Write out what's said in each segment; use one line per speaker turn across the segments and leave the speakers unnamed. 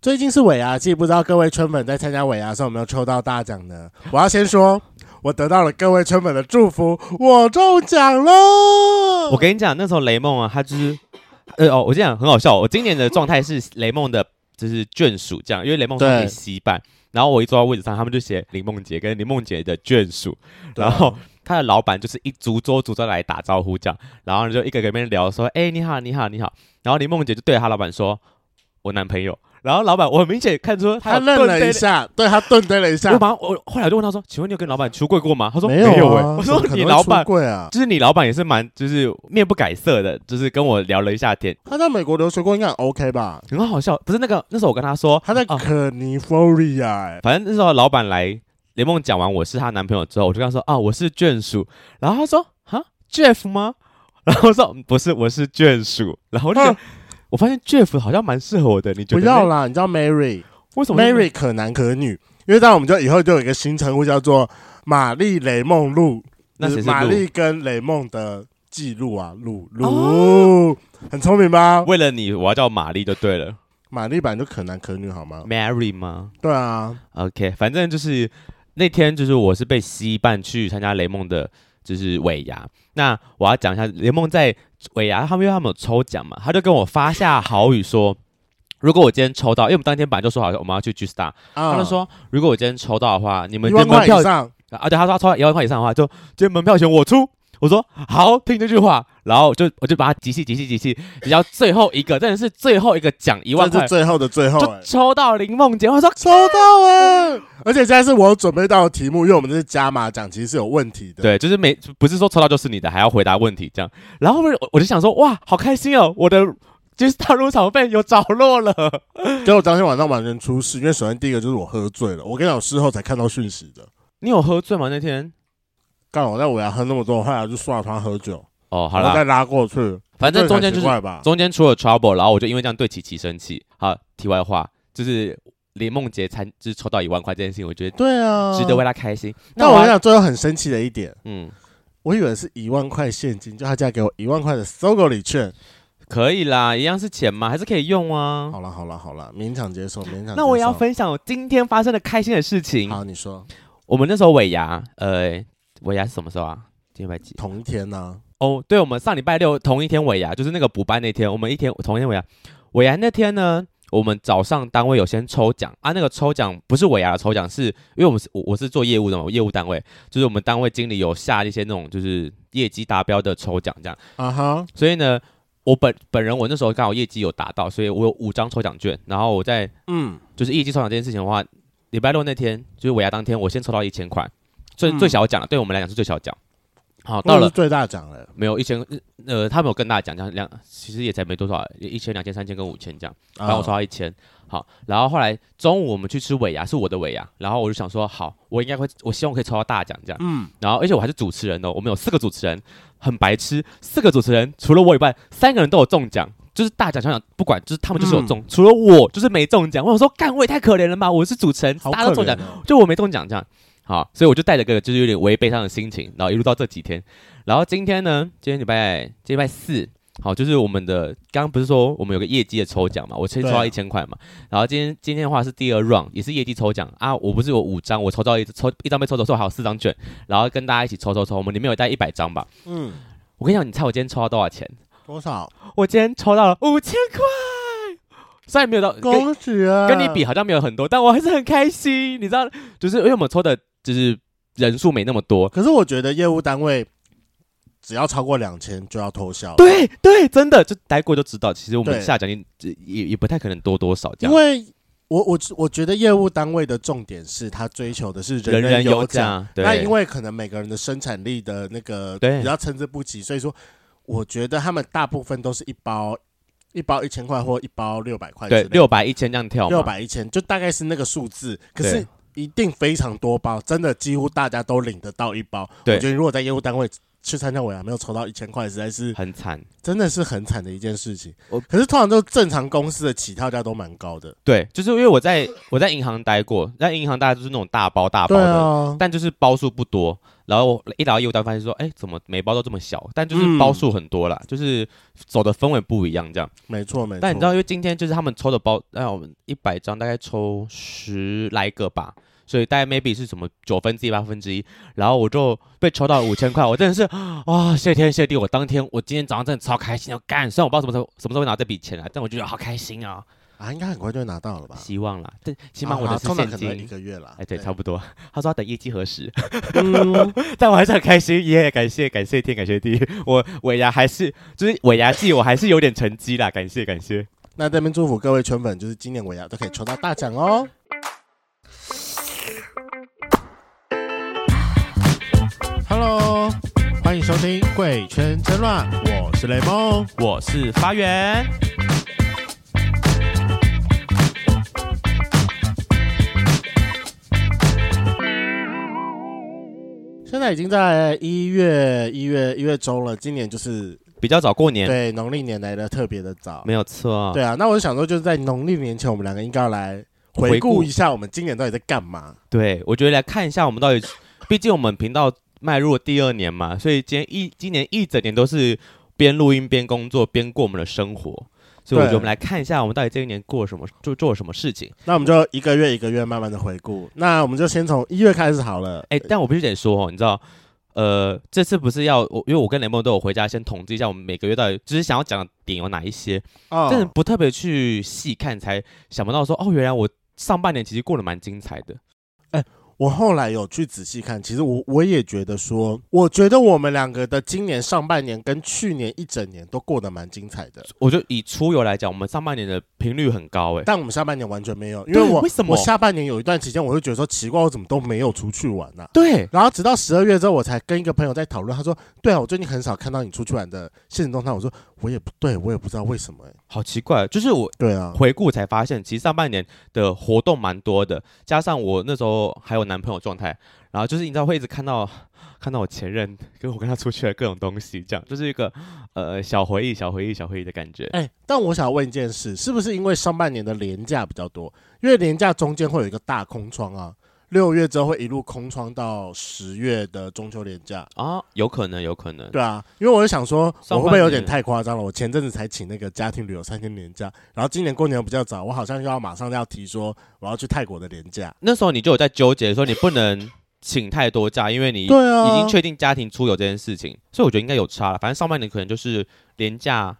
最近是尾牙季，不知道各位春粉在参加尾牙的时候有没有抽到大奖呢？我要先说， 我得到了各位春粉的祝福，我中奖 喽！
我跟你讲，那时候雷梦啊，他就是，呃哦，我这样很好笑。我今年的状态是雷梦的，就是眷属这样，因为雷梦
对
上面西半，然后我一坐到位置上，他们就写林梦洁跟林梦洁的眷属，然后他的老板就是一逐桌逐桌来打招呼这样，然后就一个个跟人聊说，哎、你好，你好，你好，然后林梦洁就对他老板说，我男朋友，然后老板我很明显看出
他
有
愣
顿
了
呆
一下，对他顿呆了一
我
下，
马上我后来我就问他说，请问你有跟老板出柜过吗？他说
没
有、欸，
啊，
我
怎么
说
可能
你
会
老
出
板
柜啊？
就是你老板也是蛮就是面不改色的，就是跟我聊了一下天，
他在美国留学过，应该很 OK 吧？
很好笑。不是那个那时候我跟他说，
他在
哦
可尼佛利亚、欸，
反正那时候老板来雷梦讲完我是她男朋友之后，我就跟他说啊我是眷属，然后他说 哈 Jeff 吗？然后我说嗯不是我是眷属，然后我就觉得、
啊
我发现 Jeff 好像蛮适合我的，你觉
不
得
要
呢？
啦，你知道 Mary。
为什么
Mary 可男可女，因为当然我们就以后就有一个新称呼叫做玛丽雷梦露，
那谁是
玛
鹿
丽跟雷梦的记录啊，露露、
哦
很聪明吧？
为了你我要叫玛丽就对了
玛丽版就可男可女好吗？
哦，Mary 吗？
对啊，
OK，反正就是那天就是我是被吸办去参加雷梦的，就是尾牙。那我要讲一下雷梦在尾牙，他们因为他们有抽奖嘛，他就跟我发下豪语说，如果我今天抽到，因为我们当天本来就说好我们要去 G Star，、
啊
他就说如果我今天抽到的话，你们
一
的
万
门
块
票
以上，
啊，对，他说他抽到一万块以上的话，就这门票钱我出。我说好，听这句话，然后就我就把它集气集气集气，集到最后一个，真的是最后一个奖一万
这
块
是，最后的最后、
就
欸，
抽到林梦洁。我说
抽到哎、而且现在是我准备到的题目，因为我们这是加码奖，其实是有问题的。
对，就是每不是说抽到就是你的，还要回答问题这样。然后我我就想说，哇，好开心哦，我的就是大入场费有着落了。
结果当天晚上完全出事，因为首先第一个就是我喝醉了，我跟你讲，我事后才看到讯息的。
你有喝醉吗那天？
干我在我要喝那么多，我后来就刷了他喝酒，
哦，好
然后再
啦，
拉过去，
反正中间就
这
是
很奇怪吧，
中间出了 trouble，然后我就因为这样对琪琪生气。好，题外话就是林梦洁参就是抽到一万块这件事情，我觉得
对啊，
值得为。她开心。
但
嗯那
我
我
跟你
要
讲，最后很生气的一点，
嗯，
我以为是一万块现金，就他竟然给我一万块的搜狗礼券。
可以啦，一样是钱嘛，还是可以用啊。
好了好了好了，勉强接受，勉强接受。
那我也要分享我今天发生的开心的事情。
好，你说
我们那时候尾牙，呃，尾牙是什么时候啊？今天拜几？
同一天呢、
哦，对，我们上礼拜六同一天尾牙，就是那个补班那天，我们一天同一天尾牙。尾牙那天呢，我们早上单位有先抽奖啊，那个抽奖不是尾牙的抽奖，是因为我们是我我是做业务的嘛，我业务单位就是我们单位经理有下一些那种就是业绩达标的抽奖这样，
啊哈，
所以呢，我本本人我那时候刚好业绩有达到，所以我有五张抽奖券，然后我在
嗯，
就是业绩抽奖这件事情的话，礼拜六那天就是尾牙当天，我先抽到一千块，最、
嗯
最小奖，对我们来讲是最小奖。好，到
那
了
是最大奖了
没有一千，呃，他们有更大奖，这样两其实也才没多少，一千、两千、三千跟五千这样。
啊
然后我抽到一千，好，然后后来中午我们去吃尾牙，是我的尾牙，然后我就想说，好，我应该会，我希望可以抽到大奖这样。
嗯，
然后而且我还是主持人哦，我们有四个主持人，很白痴，四个主持人除了我以外，三个人都有中奖。就是大奖小奖不管，就是他们就是有
嗯
中，除了我就是没中奖。我想说，干我也太可怜了吧！我是主持人，
好
大家都
可
中
怜
奖，
哦。
就我没中奖这样。好，所以我就带着个就是有点违背上的心情，然后一路到这几天，然后今天呢，今天礼拜今天礼拜四，好，就是我们的刚刚不是说我们有个业绩的抽奖嘛，我先抽到
对
一千块嘛，然后今天今天的话是第二 round，也是业绩抽奖啊，我不是有五张，我抽到一抽一张被抽走之后还有四张券，然后跟大家一起抽抽抽，我们里面有带一百张吧，
嗯，
我跟你讲，你猜我今天抽到多少钱？
多少？
我今天抽到了五千块，虽然没有到跟
恭喜啊！
跟你比好像没有很多，但我还是很开心。你知道，就是因为我们抽的就是人数没那么多。
可是我觉得业务单位只要超过两千就要偷笑了，
对对，真的就待过就知道，其实我们
对
下奖金也也也不太可能多多少这
因
样。
为我我我觉得业务单位的重点是他追求的是
人
人
有
奖，
奖，对，
那因为可能每个人的生产力的那个
对
比较参差不齐，所以说我觉得他们大部分都是一包一包一千块或一包六百块之类
对
的，
六百一千这样跳嘛，
六百一千就大概是那个数字，可
对
是一定非常多包，真的几乎大家都领得到一包。
对
我觉得如果在业务单位去参加尾牙没有抽到一千块，实在是
很惨。
真的是很惨的一件事情
我。
可是通常都正常公司的起跳价都蛮高的，
对，就是因为我在我在银行待过，在银行大家就是那种大包大包
对
的，
啊，
但就是包数不多。然后我一来到业务单发现说，哎，怎么每包都这么小？但就是
嗯
包数很多啦，就是走的氛围不一样这样。
没错没错。
但你知道，因为今天就是他们抽的包，那我们一百张大概抽十来个吧，所以大概 maybe 是什么九分之一、八分之一，然后我就被抽到五千块，我真的是啊、谢天谢地！我当天我今天早上真的超开心，要干，虽然我不知道什么时候什么时候会拿这笔钱来，啊但我就觉得好开心啊，
啊，应该很快就会拿到了吧？
希望啦，但起码
啊
我
好
的是
通常
现
可能一
金。
个月啦。
哎，对，差不多。他说要等业绩核实，
嗯
但我还是很开心，耶！感谢感谢天，感谢地，我尾牙还是就是尾牙季，我还是有点成绩啦，感谢感谢。
那这边祝福各位圈粉，就是今年尾牙都可以抽到大奖哦。Hello，欢迎收听《贵圈争乱》，我是雷梦。
我是发源。
现在已经在一月、一月、一月中了，今年就是
比较早过年，
对农历年来的特别的早。
没有错。
对啊，那我就想说，就是在农历年前，我们两个应该要来回
回顾
顾一下我们今年到底在干嘛。
对，我觉得来看一下我们到底，毕竟我们频道迈入了第二年嘛，所以今天一今年一整年都是边录音边工作边过我们的生活。所以我觉
对
得我们来看一下，我们到底这一年过了什么，就做了什么事情。
那我们就一个月一个月慢慢的回顾。那我们就先从一月开始好了。
哎、但我必须得说哦，你知道，呃，这次不是要我，因为我跟雷梦都有回家先统计一下我们每个月到底就是想要讲的点有哪一些，
哦
但是不特别去细看，才想不到说哦，原来我上半年其实过得蛮精彩的。
我后来有去仔细看，其实我我也觉得说，我觉得我们两个的今年上半年跟去年一整年都过得蛮精彩的，
我就以出游来讲，我们上半年的频率很高哎、
但我们下半年完全没有，因
对
我
为什么
我下半年有一段期间，我会觉得说奇怪，我怎么都没有出去玩呢、啊
对，
然后直到十二月之后，我才跟一个朋友在讨论，他说：“对啊，我最近很少看到你出去玩的现实动态。”我说：“我也不对，我也不知道为什么、欸。
好奇怪，就是我”
对啊，
回顾才发现，其实上半年的活动蛮多的，加上我那时候还有男朋友状态，然后就是你知道会一直看到 看到我前任跟我跟他出去的各种东西，这样就是一个呃小回忆、小回忆、小回忆的感觉。
哎、但我想问一件事，是不是因为上半年的廉价比较多？因为廉价中间会有一个大空窗啊，六月之后会一路空窗到十月的中秋廉价。
啊，有可能，有可能，
对啊，因为我就想说，我
上半年
会不会有点太夸张了？我前阵子才请那个家庭旅游三天年假，然后今年过年比较早，我好像又要马上要提说我要去泰国的年假。
那时候你就有在纠结说你不能请太多假，因为你
对啊，
已经确定家庭出游这件事情，所以我觉得应该有差了。反正上半年可能就是廉价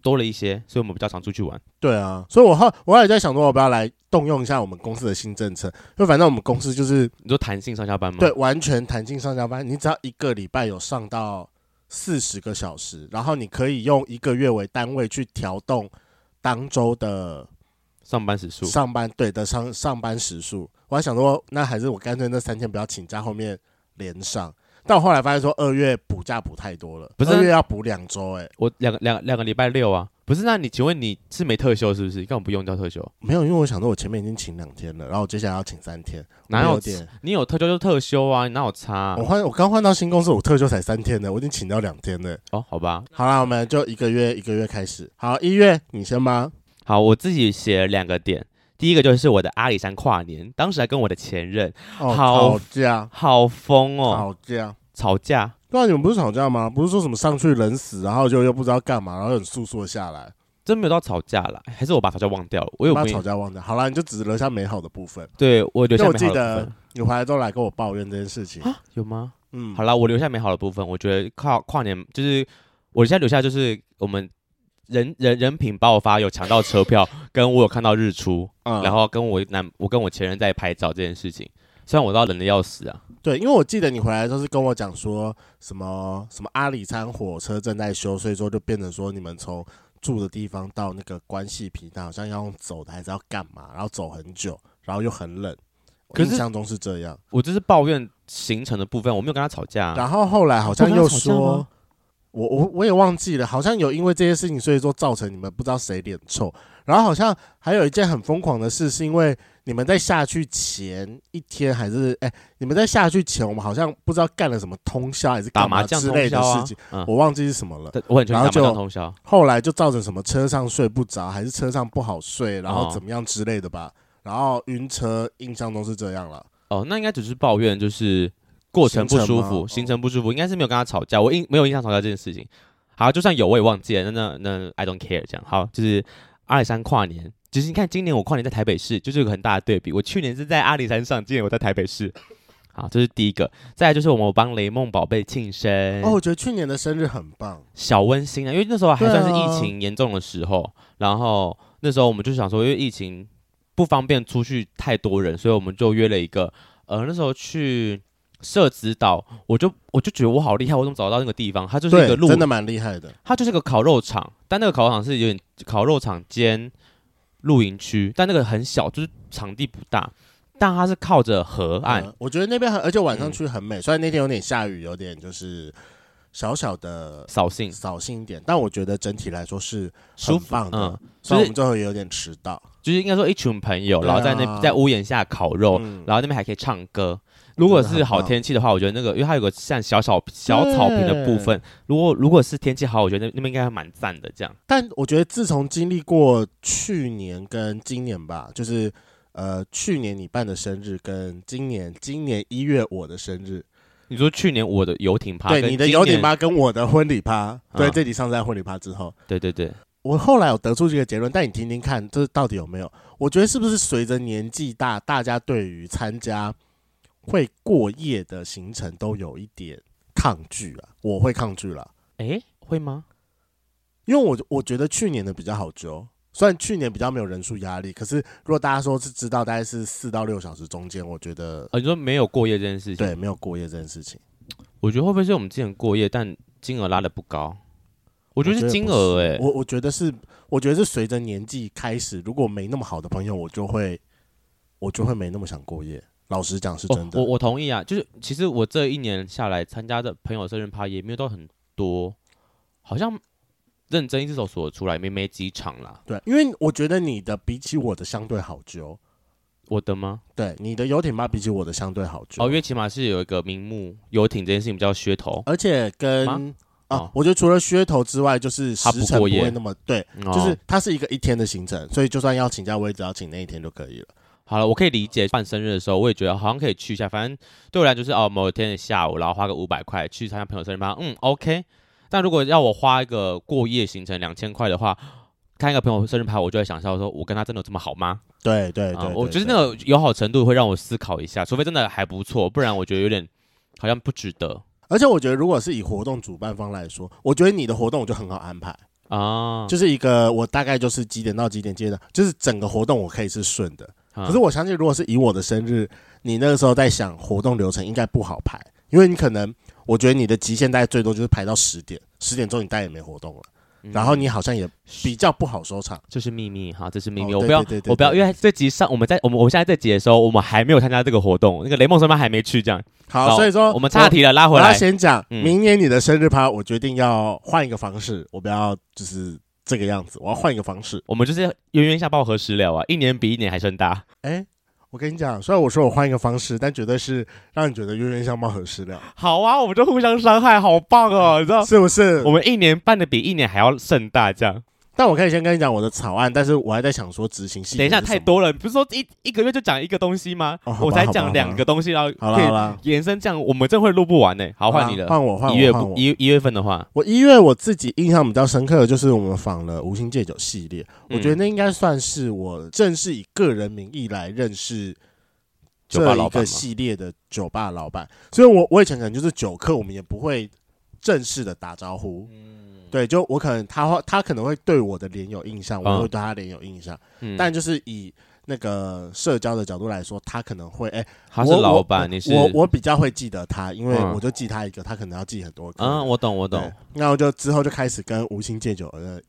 多了一些，所以我们比较常出去玩。
对啊，所以我后我也在想说，我不要来动用一下我们公司的新政策，就反正我们公司就是
你说弹性上下班吗？
对，完全弹性上下班，你只要一个礼拜有上到四十个小时，然后你可以用一个月为单位去调动当周的
上班时数。
上班对的上上班时数。我还想说，那还是我干脆那三天不要请假，后面连上。但我后来发现说，二月补假补太多了，
不是啊
二月要补两周，哎，
我两个两两个礼拜六啊，不是？那你请问你是没特休是不是？根本不用掉特休，
没有，因为我想说我前面已经请两天了，然后我接下来要请三天，
哪
我
有
有？点？哦
你有特休就特休啊，你哪有差啊、
我换我刚换到新公司，我特休才三天呢，我已经请到两天了。
哦，好吧，
好啦，我们就一个月一个月开始。好，一月你先吗？
好，我自己写了两个点，第一个就是我的阿里山跨年，当时还跟我的前任
哦，
好
吵架，
好疯哦，
吵架。
吵架。
对啊，你们不是吵架吗？不是说什么上去冷死，然后就又不知道干嘛，然后很速速地下来，
真没有到吵架啦，还是我把吵架忘掉了？我有
把
没
吵
有？
架忘掉。好啦，你就只留下美好的部分。
对我留
因
下
为我
美
记
好的部
得
分
你回来都来跟我抱怨这件事情。
啊，有吗？
嗯，
好啦，我留下美好的部分。我觉得跨跨年就是我现在留下就是我们人人人品爆发，有抢到车票，跟我有看到日出，
嗯
然后跟我男我跟我前任在拍照这件事情，虽然我到冷的要死啊，
对，因为我记得你回来的时候是跟我讲说什么什么阿里山火车正在修，所以说就变成说你们从住的地方到那个关系平台好像要用走的，还是要干嘛？然后走很久，然后又很冷。我
可是
印象中是这样，
我就是抱怨行程的部分，我没有跟他吵架、啊。
然后后来好像又
我跟他吵架
说
吗，
我我我也忘记了，好像有因为这些事情，所以说造成你们不知道谁脸臭，然后好像还有一件很疯狂的事，是因为你们在下去前一天还是哎、你们在下去前，我们好像不知道干了什么通宵还是
打
干
麻
嘛
将
之
通
类
宵
的
啊
事情，，
嗯，
我忘记是什么了。
但我很确定
然
打
后
麻
就
将通宵，
后来就造成什么车上睡不着，还是车上不好睡，然后
哦
怎么样之类的吧。然后晕车，印象中是这样了。
哦，那应该只是抱怨，就是过程不舒
行程
服，
吗
行程不舒服，应该是没有跟他吵架，我印没有印象吵架这件事情。好，就算有我也忘记了，那那那 I don't care 这样。好，就是阿里山跨年，就是你看今年我跨年在台北市，就是有个很大的对比。我去年是在阿里山上，今年我在台北市。好，这是第一个。再来就是我们帮雷梦宝贝庆生，
哦，我觉得去年的生日很棒，
小温馨啊，因为那时候还算是
对啊
疫情严重的时候，然后那时候我们就想说，因为疫情不方便出去太多人，所以我们就约了一个，呃，那时候去社子岛，我就我就觉得我好厉害，我怎么找到那个地方？它就是一个
对，
路，
真的蛮厉害的。
它就是个烤肉场，但那个烤肉场是有点烤肉场兼露营区，但那个很小，就是场地不大，但它是靠着河岸，
呃我觉得那边很，而且晚上
嗯
去很美。虽然那天有点下雨，有点就是小小的
扫兴
扫兴一点，但我觉得整体来说是
舒
很
服，
棒
嗯
的。。虽然
就是
我们最后也有点迟到，
就是应该说一群朋友，
对
然后在那
啊
在屋檐下烤肉，
嗯
然后那边还可以唱歌。如果
真的
是
很
好
棒
天气的话，我觉得那个，因为它有个像小草小草坪的部分，如果如果是天气好，我觉得那那边应该还蛮赞的。这样，
但我觉得自从经历过去年跟今年吧，就是呃去年你办的生日跟今年今年一月我的生日，
你说去年我的游艇趴，
对你的游艇
趴，
趴跟我的婚礼趴，对，
啊
这集上在婚礼趴之后，
对对对，
我后来有得出一个结论，但你听听看，这到底有没有？我觉得是不是随着年纪大，大家对于参加会过夜的行程都有一点抗拒啊？我会抗拒啦，
诶，会吗？
因为我我觉得去年的比较好揪，虽然去年比较没有人数压力，可是如果大家说是知道大概是四到六小时中间，我觉得
呃，你说没有过夜这件事情，
对没有过夜这件事情，
我觉得会不会是我们之前过夜，但金额拉的不高？我觉得
我觉
是
得
金
不
额欸诶，
我我觉得是我觉得是随着年纪开始，如果没那么好的朋友，我就会我就会没那么想过夜。老实讲是
哦
真的，
我我同意啊，就是其实我这一年下来参加的朋友生日趴也没有到很多，好像认真一只手数得出来，没没几场啦。
对，因为我觉得你的比起我的相对好揪，
我的吗？
对，你的游艇吧比起我的相对好揪，
哦，因为起码是有一个名目游艇这件事情比较噱头，
而且跟
吗
啊，
哦
我觉得除了噱头之外，就是时
它不
辰不
过夜
会那么对，
嗯
呃就
哦
是它是一个一天的行程，所以就算要请假，我也只要请那一天就可以了。
好了，我可以理解办生日的时候，我也觉得好像可以去一下，反正对我来讲就是哦某一天的下午，然后花个五百块去参加朋友生日趴，嗯，OK。但如果要我花一个过夜行程两千块的话，看一个朋友生日趴，我就会想笑说，我跟他真的有这么好吗？
对对
啊
对，
我
对
觉得
对
那个友好程度会让我思考一下，除非真的还不错，不然我觉得有点好像不值得
而且我觉得如果是以活动主办方来说，我觉得你的活动我就很好安排，
啊。
就是一个我大概就是几点到几点接的，就是整个活动我可以是顺的。
嗯
可是我相信，如果是以我的生日，你那个时候在想活动流程，应该不好排，因为你可能，我觉得你的极限大概最多就是排到十点，十点钟你大概也没活动了，
嗯
然后你好像也比较不好收场。
这是秘密哈，这是秘密，
哦
我
对
不要
对对，对
我不要，
对
因为这集上我们在我们我们现在这集的时候，我们还没有参加这个活动，那个雷梦生妈还没去，这样
好，所以说
我们岔题了，拉
我，我
回
要
来。
先讲，
嗯
明年你的生日趴，我决定要换一个方式，我不要就是这个样子，我要换一个方式。
我们就是冤冤相报何时了啊！一年比一年还盛大。
哎，我跟你讲，虽然我说我换一个方式，但绝对是让你觉得冤冤相报何时了，
好啊，我们就互相伤害，好棒哦！你知道，
是不是
我？们一年办的比一年还要盛大，这样。
但我可以先跟你讲我的草案，但是我还在想说执行细节
等
是
一
什
下，
么。
太多了，你不是说一一个月就讲一个东西吗？
哦好吧
我
好吧
才
好
讲
吧
两个东西，然后
好了
可以
好了，
延伸这样，我们真会录不完呢、好，换你
啦
了。
换我，换我，
一月
换
不
我。
一一月份的话，
我一月我自己印象比较深刻的就是我们访了《无心戒酒》系列，
嗯
我觉得那应该算是我正式以个人名义来认识
酒吧
这
老
一
板
个
嘛
系列的酒吧老板，所以我我以前可能就是酒客，我们也不会正式的打招呼。
嗯
对，就我可能他会他可能会对我的脸有印象，我
嗯
会对他脸有印象，
嗯，
但就是以那个社交的角度来说，他可能会哎，
他是
我
老
我
板，你是
我我比较会记得他，因为
嗯
我就记他一个，他可能要记很多个。
嗯，我懂我懂
对，，那我就之后就开始跟无心戒酒的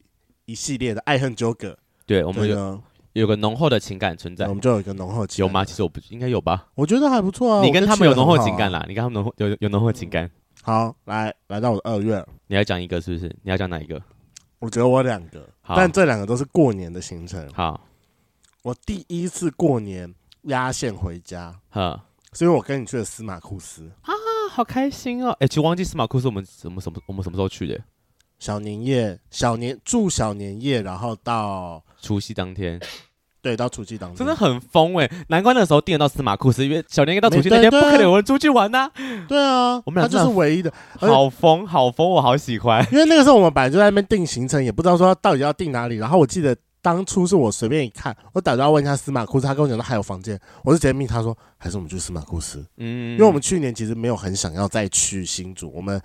一系列的爱恨纠葛，
对我
我
们有有个浓厚的情感存在
我，们就有一个浓厚的情
有
感
吗？？其实我不应该有吧。
我觉得还不错啊。
你
我
跟
就
他
去
们有
得很
浓厚
好啊
情感。啦，你跟他们浓厚有有浓厚情感。
好，来来到我的二月，
你要讲一个是不是？你要讲哪一个？
我觉得我两个，
好
但这两个都是过年的行程。
好，
我第一次过年压线回家，
呵，啊，
是因为我跟你去了司马库斯
好开心哦！哎、其实忘记司马库斯我们什么什么我们什么时候去的？
小年夜，小年住小年夜，然后到
除夕当天，
对到除夕当天，
真的很疯哎、难怪那时候订得到司马库斯，因为小年夜到除夕那
对
天不
对
可能有人出去玩呐、
对啊，
我们
他
俩
就
真
是
的
唯一的，而且
好疯，好疯，我好喜欢。
因为那个时候我们本来就在那边定行程，也不知道说到底要定哪里。然后我记得当初是我随便一看，我打电话问一下司马库斯，他跟我讲说还有房间，我就直接命他说还是我们去司马库斯，
嗯，
因为我们去年其实没有很想要再去新竹，我们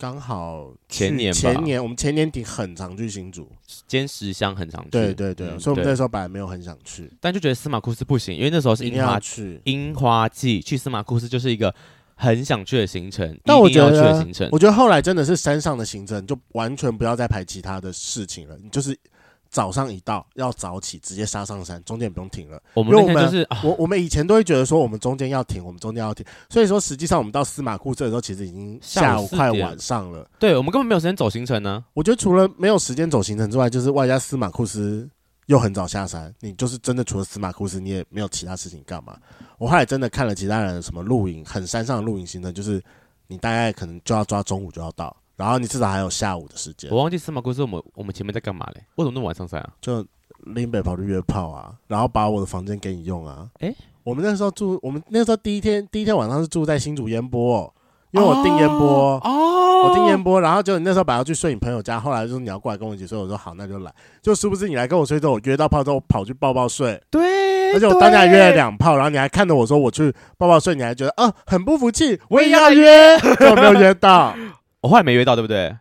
刚好去
前年吧
前年我们前年底很常去新竹，
坚持香很常去，
对对对，
嗯
所以我们
对
那时候本来没有很想去，
但就觉得司马库斯不行，因为那时候是
一定
樱花
要去。
樱花季，去司马库斯就是一个很想去的行程，
但我
一定要
觉
去
得
的行程
我。觉得后来真的是山上的行程，就完全不要再排其他的事情了，你就是早上一到要早起，直接杀上山，中间也不用停了。
我们
因
那
为
天
我
就
们
是啊，
我我们以前都会觉得说我们中间要停，我们中间要停，所以说实际上我们到司马库这的时候，其实已经
下
下
午
午
四
快
点
晚上了。
对我们根本没有时间走行程呢、
我觉得除了没有时间走行程之外，就是外加司马库斯又很早下山，你就是真的除了司马库斯，你也没有其他事情干嘛。我后来真的看了其他人的什么露营，很山上的露营行程，就是你大概可能就要抓中午就要到，然后你至少还有下午的时间
我，忘记司马库斯我们我们前面在干嘛嘞？为什么那么晚上山啊？
就林北跑去约炮啊，然后把我的房间给你用啊。
诶
我们那时候住，我们那时候第一天第一天晚上是住在新竹烟波、哦因为我订烟波
哦
我订烟波，然后就你那时候本来要去睡你朋友家，后来就是你要过来跟我一起睡，我说好，那就来。就是不是你来跟我睡之后，我约到炮之后我跑去抱抱睡，
对，
而且我当下约了
对，
两炮，然后你还看着我说我去抱抱睡，你还觉得啊很不服气，
我
我
也
也
要
要约，就没有约 到。
我后来没约到，对 不对？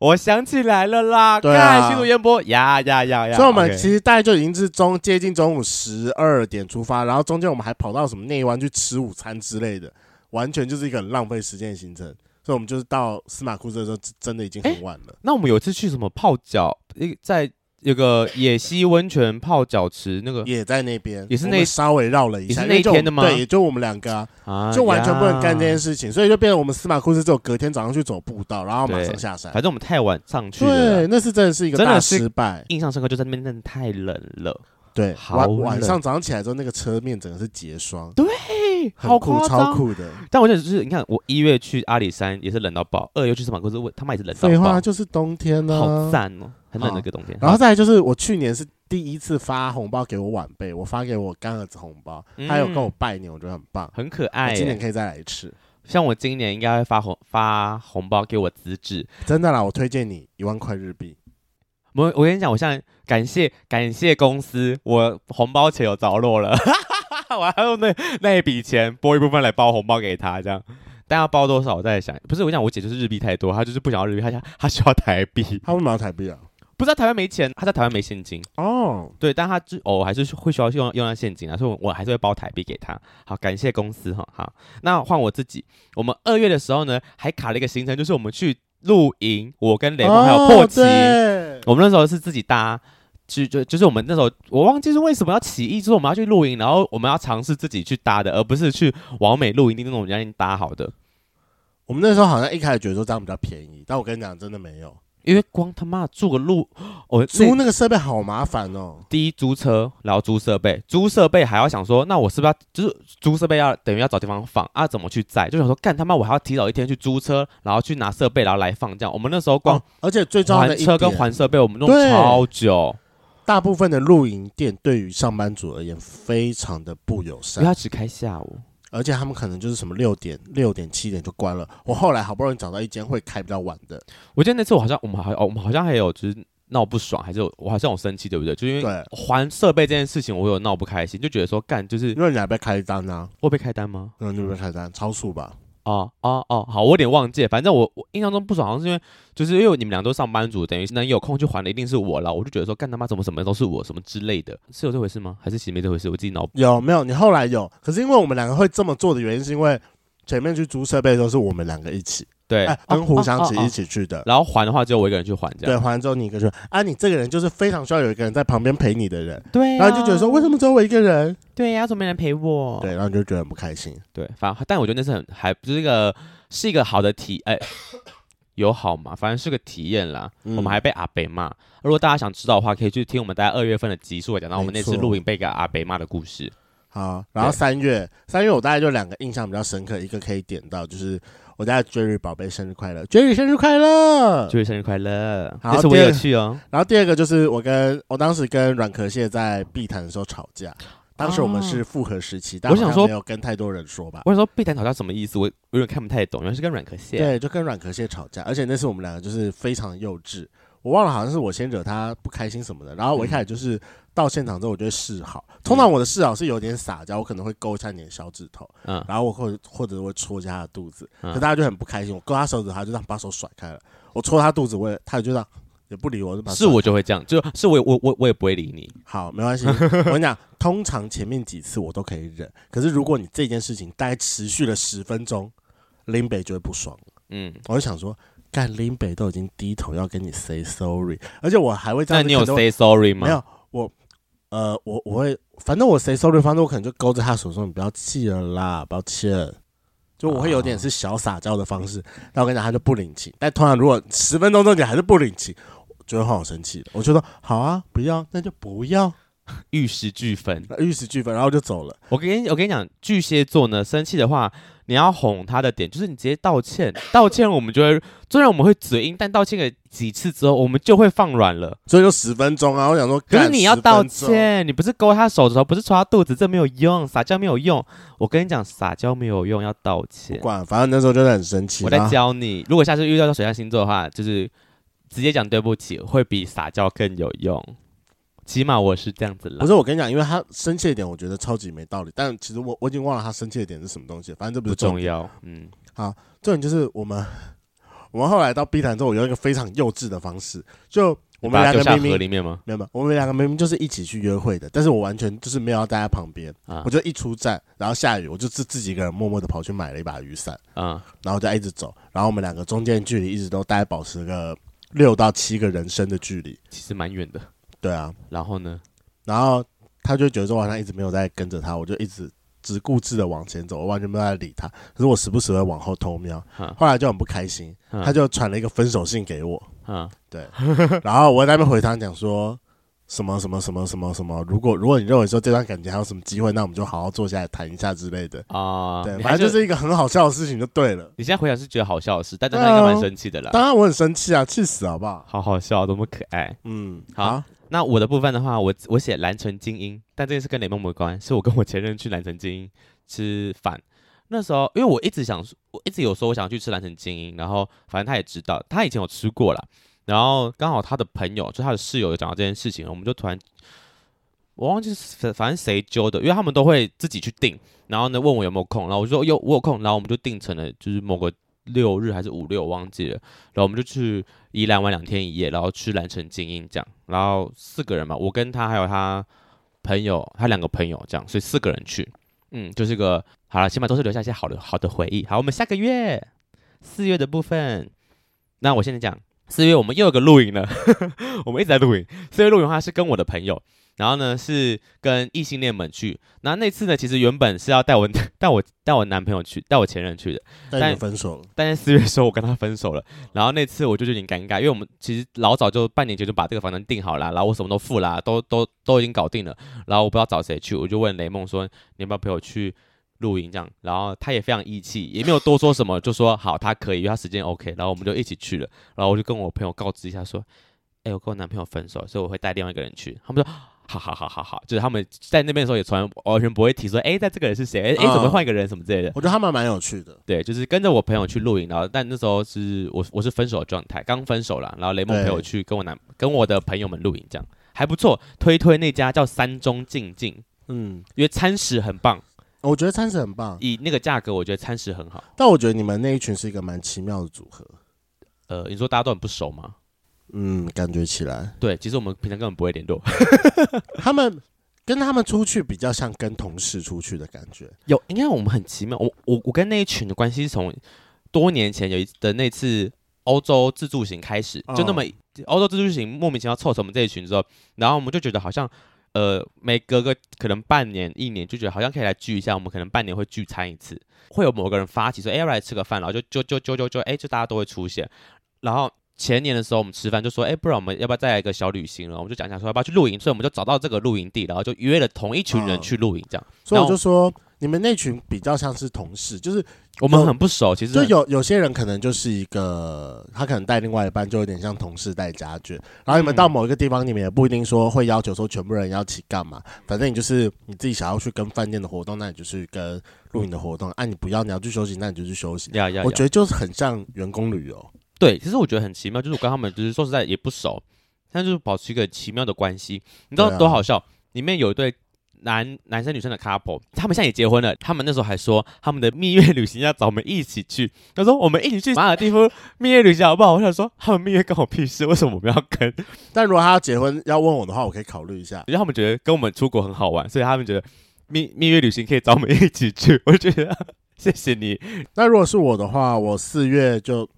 我想起来了啦，
对啊
看新竹烟波呀呀呀呀！
所以我们
啊 OK
其实大概就已经是中接近中午十二点出发，然后中间我们还跑到什么内湾去吃午餐之类的，完全就是一个很浪费时间的行程。所以我们就是到司马库斯的时候，真的已经很晚了。
那我们有一次去什么泡脚，一在有个野溪温泉泡脚池那个
也在那边，
也是那
我们稍微绕了一
也
下，
是
因为
那
就我们
天的吗
对，也就我们两个啊，
啊，
就完全不能干这
呀
件事情，所以就变成我们司马库斯只有隔天早上去走步道，然后马上下山。
反正我们太晚上去了
对，
啦，
那是真的是一个
真的
大
是
失败。
印象深刻就在那边真的太冷了，
对，
好
晚
冷
晚上早上起来之后，那个车面整个是结 霜，
嘿，
很
好
酷，
夸
超
张。
酷的。
但我想就是，你看我一月去阿里山也是冷到爆，二月去司马库斯，我他妈也是冷到
废话，
爆，
就是冬天呢、
好赞哦，很冷的
好
一个冬天。
然后再来就是我去年是第一次发红包给我晚辈，我发给我干儿子红包，
嗯
他有跟我拜年，我觉得很棒。
很可
我
爱
今年
耶，
可以再来一次，
像我今年应该会发红发红包给我资质。
真的啦，我推荐你一万块日币。
我我跟你讲，我现在感谢感谢公司，我红包钱有着落了， 我还用那那一笔钱拨一部分来包红包给他，这样。但要包多少我在想，不是我讲我姐就是日币太多，她就是不想要日币，她想她需要台币，
他为什么要台币啊？
不知道台湾没钱，她在台湾没现金，
哦，
对，但她就偶尔还是会需要用用到现金啊，所以我我还是会包台币给她。好，感谢公司哈，好，那换我自己，我们二月的时候呢，还卡了一个行程，就是我们去露营，我跟雷梦还有破奇。
哦对
我们那时候是自己搭，就就就是我们那时候我忘记是为什么要起义，就是我们要去露营，然后我们要尝试自己去搭的，而不是去完美露营地那种人家已经搭好的。
我们那时候好像一开始觉得说这样比较便宜，但我跟你讲，真的没有
因为光他妈住个露，我、
租
那
那个设备好麻烦哦。
第一租车，然后租设备，租设备还要想说，那我是不是要就是租设备要等于要找地方放啊？怎么去载？就想说干他妈我还要提早一天去租车，然后去拿设备，然后来放这样。我们那时候光
哦，而且最重要
还
的一
车跟
点，
还设备，我们弄
对
超久，
大部分的露营店对于上班族而言非常的不友
因为
善，
它只开下午。
嗯而且他们可能就是什么六点、六点、七点就关了。我后来好不容易找到一间会开比较晚的，
我记得那次我好像我们好像哦，我们好像还有就是闹不爽，还是有我好像有生气，对不对？就因为
对
还设备这件事情，我有闹不开心，就觉得说干就是
因为你还被开单啊，
会被开单吗？
嗯，你被开单，超速吧？
哦哦哦，好，我有点忘记了，反正我我印象中不爽，好像是因为就是因为你们俩都上班族，等于能有空去还的一定是我了，我就觉得说干他妈怎么什么都是我什么之类的，是有这回事吗？还是其实没这回事？我自己脑补
有没有？你后来有？可是因为我们两个会这么做的原因，是因为前面去租设备的时候是我们两个一起，
对
哎，，跟胡湘琪
哦哦哦
一起去的。
然后还的话只有我一个人去还这
对，
样，
还完之后你一个人说啊，你这个人就是非常需要有一个人在旁边陪你的人，
对啊
然后你就觉得说为什
么
么只有我一个人？
对啊呀、怎么没人陪我？
对，然后你就觉得很不开心。
对，反但我觉得那是很还不是一个是一个好的体，哎、有好嘛，反正是个体验啦。
嗯
我们还被阿北骂，如果大家想知道的话，可以去听我们大概二月份的集数，讲到我们那次
没错
录影被个阿北骂的故事。
好，然后
对
三月，三月我大概就两个印象比较深刻，一个可以点到就是我家的 Jerry 宝贝生日快乐，Jerry 生日快乐。
祝你生日快乐！
好
那次我也有去哦。
然后第二个就是我跟我当时跟阮壳蟹在碧潭的时候吵架，当时我们是复合时期，但
我
好
想
像
说
没有跟太多人说吧。
我想说被谈吵架什么意思？我有点看不太懂，原来是跟软壳蟹。，
对，就跟软壳蟹吵架，而且那次我们两个就是非常幼稚。我忘了好像是我先惹他不开心什么的，然后我一开
嗯
始就是到现场之后我就会示好，通常我的示好是有点撒娇，我可能会勾一下你的小指头，
嗯，
然后我或者或者会戳一下他的肚子，
嗯
可大家就很不开心，我勾他手指，他就这样把手甩开了，我戳他肚子，我也他就这样也不理我，就把
啊是我就会这样，就是我我我我也不会理你。
好，没 关系。我跟你讲，通常前面几次我都可以忍，可是如果你这件事情大概持续了十分钟，林北就会不爽。
嗯，
我就想说，干林北都已经低头要跟你 say sorry，而且我还会这
那
样子
你有
可能会
say sorry 吗？
没有？我呃，我我会，反正我 say sorry 方式，我可能就勾着他手说：“你不要气了啦，抱歉。”就我会有
哦
点是小撒娇的方式，但我跟你讲，他就不领情。但通常如果十分钟之后你还是不领情，我就会很好生气的。我就说：“好啊，不要，那就不要。”
玉石俱焚。
那玉石俱焚，然后就走了。
我跟你我跟你讲，巨蟹座呢，生气的话，你要哄他的点就是你直接道歉，道歉我们就会，虽然我们会嘴硬，但道歉个几次之后，我们就会放软了。
所以就十分钟啊，我想说，
可是
干
你要道，
10分钟
歉，你不是勾他手指头，不是戳他肚子，这没有用，撒娇没有用。我跟你讲，撒娇没有用，要道
不
歉。
管，反正那时候就是很生气。
我在
然后
教你，如果下次遇到水象星座的话，就是直接讲对不起，会比撒娇更有用。起码我是这样子啦
不。是我跟你讲，因为他生气的点，我觉得超级没道理。但其实我我已经忘了他生气的点是什么东西，反正这不
不
是重
重
点。
要，嗯，
重点就是我们我们后来到 B 谈之后，我用一个非常幼稚的方式，就我们
把
两
它丢
个
下
明
河
明
里面吗？
没有没有，我们两个明明就是一起去约会的，但是我完全就是没有要待在旁边，
啊
我就一出站，然后下雨，我就自自己一个人默默的跑去买了一把雨伞。
啊，
然后就一直走，然后我们两个中间距离一直都大概保持个六到七个人生的距离，
其实蛮远的。
对啊，
然后呢？
然后他就觉得说我好像一直没有在跟着他，我就一直只顾自的往前走，我完全没有在理他，可是我时不时会往后偷瞄
嗯，
后来就很不开心，
嗯
他就传了一个分手信给我，
啊，
然后我在那边回他讲说。什么什么什么什么什么？如果如果你认为说这段感情还有什么机会，那我们就好好坐下来谈一下之类的。
啊，
对，
你
反
还
正就是一个很好笑的事情就对了。
你现在回想是觉得好笑的事，但
对
当
啊
时应该蛮生气的啦。
当然我很生气啊，气死好不好？
好好笑，多么可爱。
嗯，
好那我的部分的话，我我写蓝城精英，但这件事跟雷梦没关，是我跟我前任去蓝城精英吃饭。那时候，因为我一直想，我一直有说我想去吃蓝城精英，然后反正他也知道，他以前有吃过啦。然后刚好他的朋友，就他的室友有讲到这件事情，我们就突然，我忘记是反反正谁揪的，因为他们都会自己去订，然后呢问我有没有空，然后我就说有我有空，然后我们就订成了就是某个六日还是五六，我忘记了，然后我们就去宜兰玩两天一夜，然后去蓝城精英这样，然后四个人嘛，我跟他还有他朋友，他两个朋友这样，所以四个人去，嗯，就是个好了，起码都是留下一些好的好的回忆。好，我们下个月四月的部分，那我现在讲四月我们又有个露营了， 我们一直在露营。四月露营的话是跟我的朋友，然后呢是跟异性恋们去。那那次呢，其实原本是要带我 带我带我男朋友去，带我前任去的。
但你
但
们分手了，
但是四月的时候我跟他分手了，然后那次我就有点尴尬，因为我们其实老早就半年前就把这个房间订好了，然后我什么都付啦，都都都已经搞定了，然后我不知道找谁去，我就问雷梦说你要不要陪我去露营这样，然后他也非常义气，也没有多说什么，就说好他可以，因为他时间 OK，然后我们就一起去了，然后我就跟我朋友告知一下说，哎、我跟我男朋友分手，所以我会带另外一个人去，他们说。 好好好好好，就是他们在那边的时候也从来完全不会提说，哎、在这个人是谁，哎、哎、怎么
嗯
换一个人什么之类的。
我觉得他们蛮有趣的。
对，就是跟着我朋友去露营，然后但那时候是我我是分手的状态，刚分手了，然后雷蒙
对
陪我去跟我男跟我的朋友们露营，这样还不错。推推那家叫山中静静，
嗯，
因为餐食很棒，
我觉得餐食很棒，
以那个价格我觉得餐食很好。
但我觉得你们那一群是一个蛮奇妙的组合。
呃，你说大家都很不熟吗？
嗯，感觉起来
对，其实我们平常根本不会联络，
他们跟他们出去比较像跟同事出去的感觉。
有，应该我们很奇妙。我我我跟那一群的关系是从多年前有一的那次欧洲自助行开始，就那么欧洲自助行莫名其妙凑成我们这一群之后，然后我们就觉得好像呃每隔个可能半年一年就觉得好像可以来聚一下，我们可能半年会聚餐一次，会有某个人发起说哎要不要来吃个饭，然后就就就就就就哎就大家都会出现。然后前年的时候我们吃饭就说，哎，不然我们要不要再来一个小旅行了？我们就讲讲说要不要去露营，所以我们就找到这个露营地，然后就约了同一群人
嗯
去露营，这样。
所以我
然后
就说，你们那群比较像是同事，就是
我们很不熟，其实
就
很
有有些人可能就是一个，他可能带另外一半，就有点像同事带家眷。然后你们
嗯
到某一个地方，你们也不一定说会要求说全部人要一起干嘛，反正你就是你自己想要去跟饭店的活动，那你就去跟露营的活动；，啊，你不要你要去休息，那你就去休息。
呀呀，
我
呀
觉得就是很像员工旅游，
对，其实我觉得很奇妙，就是我跟他们就是说实在也不熟，但就是保持一个奇妙的关系。你知道
对啊
多好笑？里面有一对男男生女生的 couple，他们现在也结婚了。他们那时候还说他们的蜜月旅行要找我们一起去，他说我们一起去马尔蒂夫蜜月旅行好不好？我想说他们蜜月跟我屁事，为什么我们要跟？
但如果他要结婚要问我的话，我可以考虑一下。
因为他们觉得跟我们出国很好玩，所以他们觉得蜜蜜月旅行可以找我们一起去。 我觉得谢谢你，
那如果是我的话，我四月就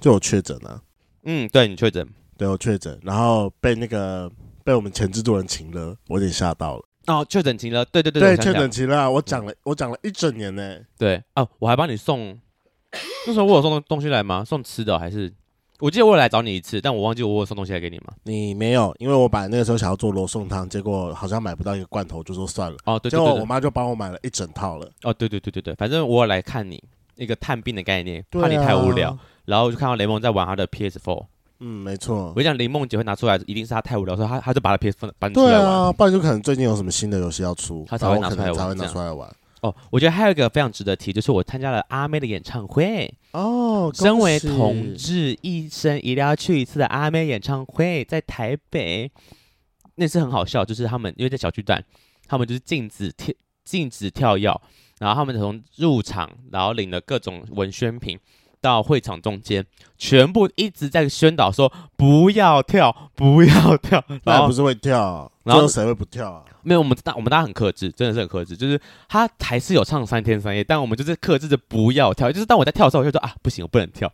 就有确诊了，
嗯，对你确诊
对，我确诊，然后被那个被我们前制作人请了，我有点吓到了。
哦，确诊停了，对对对我
对，
想嗯
确
起来
诊期了，我讲了，我讲了一整年呢、
对啊，我还帮你送，那时候我有送东东西来吗？送吃的还是？我记得我有来找你一次，但我忘记我有送东西来给你吗？
你没有，因为我把那个时候想要做罗宋汤，结果好像买不到一个罐头，就说算了。
哦，对
结
对
果
对
我
对
妈就帮我买了一整套了。
哦，对对对对对，反正我有来看你，一个探病的概念，
对
怕你太无
啊
聊，然后我就看到雷蒙在玩他的 PS4，
嗯，没错
我。就讲林梦姐会拿出来，一定是他太无聊，所以他他就把他 PS4 搬出
对
来玩。
啊，不然就可能最近有什么新的游戏要出，
她才
然后
会拿
我可能
出来
才
玩
会拿
这样
出来玩。
哦，我觉得还有一个非常值得提，就是我参加了阿妹的演唱会。
哦，
身
恭
为
喜
同志，一生一定要去一次的阿妹演唱会，在台北，那次很好笑，就是他们因为在小巨蛋，他们就是禁止跳禁止跳药，然后他们从入场，然后领了各种文宣品。到会场中间，全部一直在宣导说不要跳，不要跳。然
那
后
也不是会跳，
然
最
后
后谁会不跳啊？
没有，我们大我们大家很克制，真的是很克制。就是他还是有唱三天三夜，但我们就是克制着不要跳。就是当我在跳的时候，我就说啊，不行，我不能跳。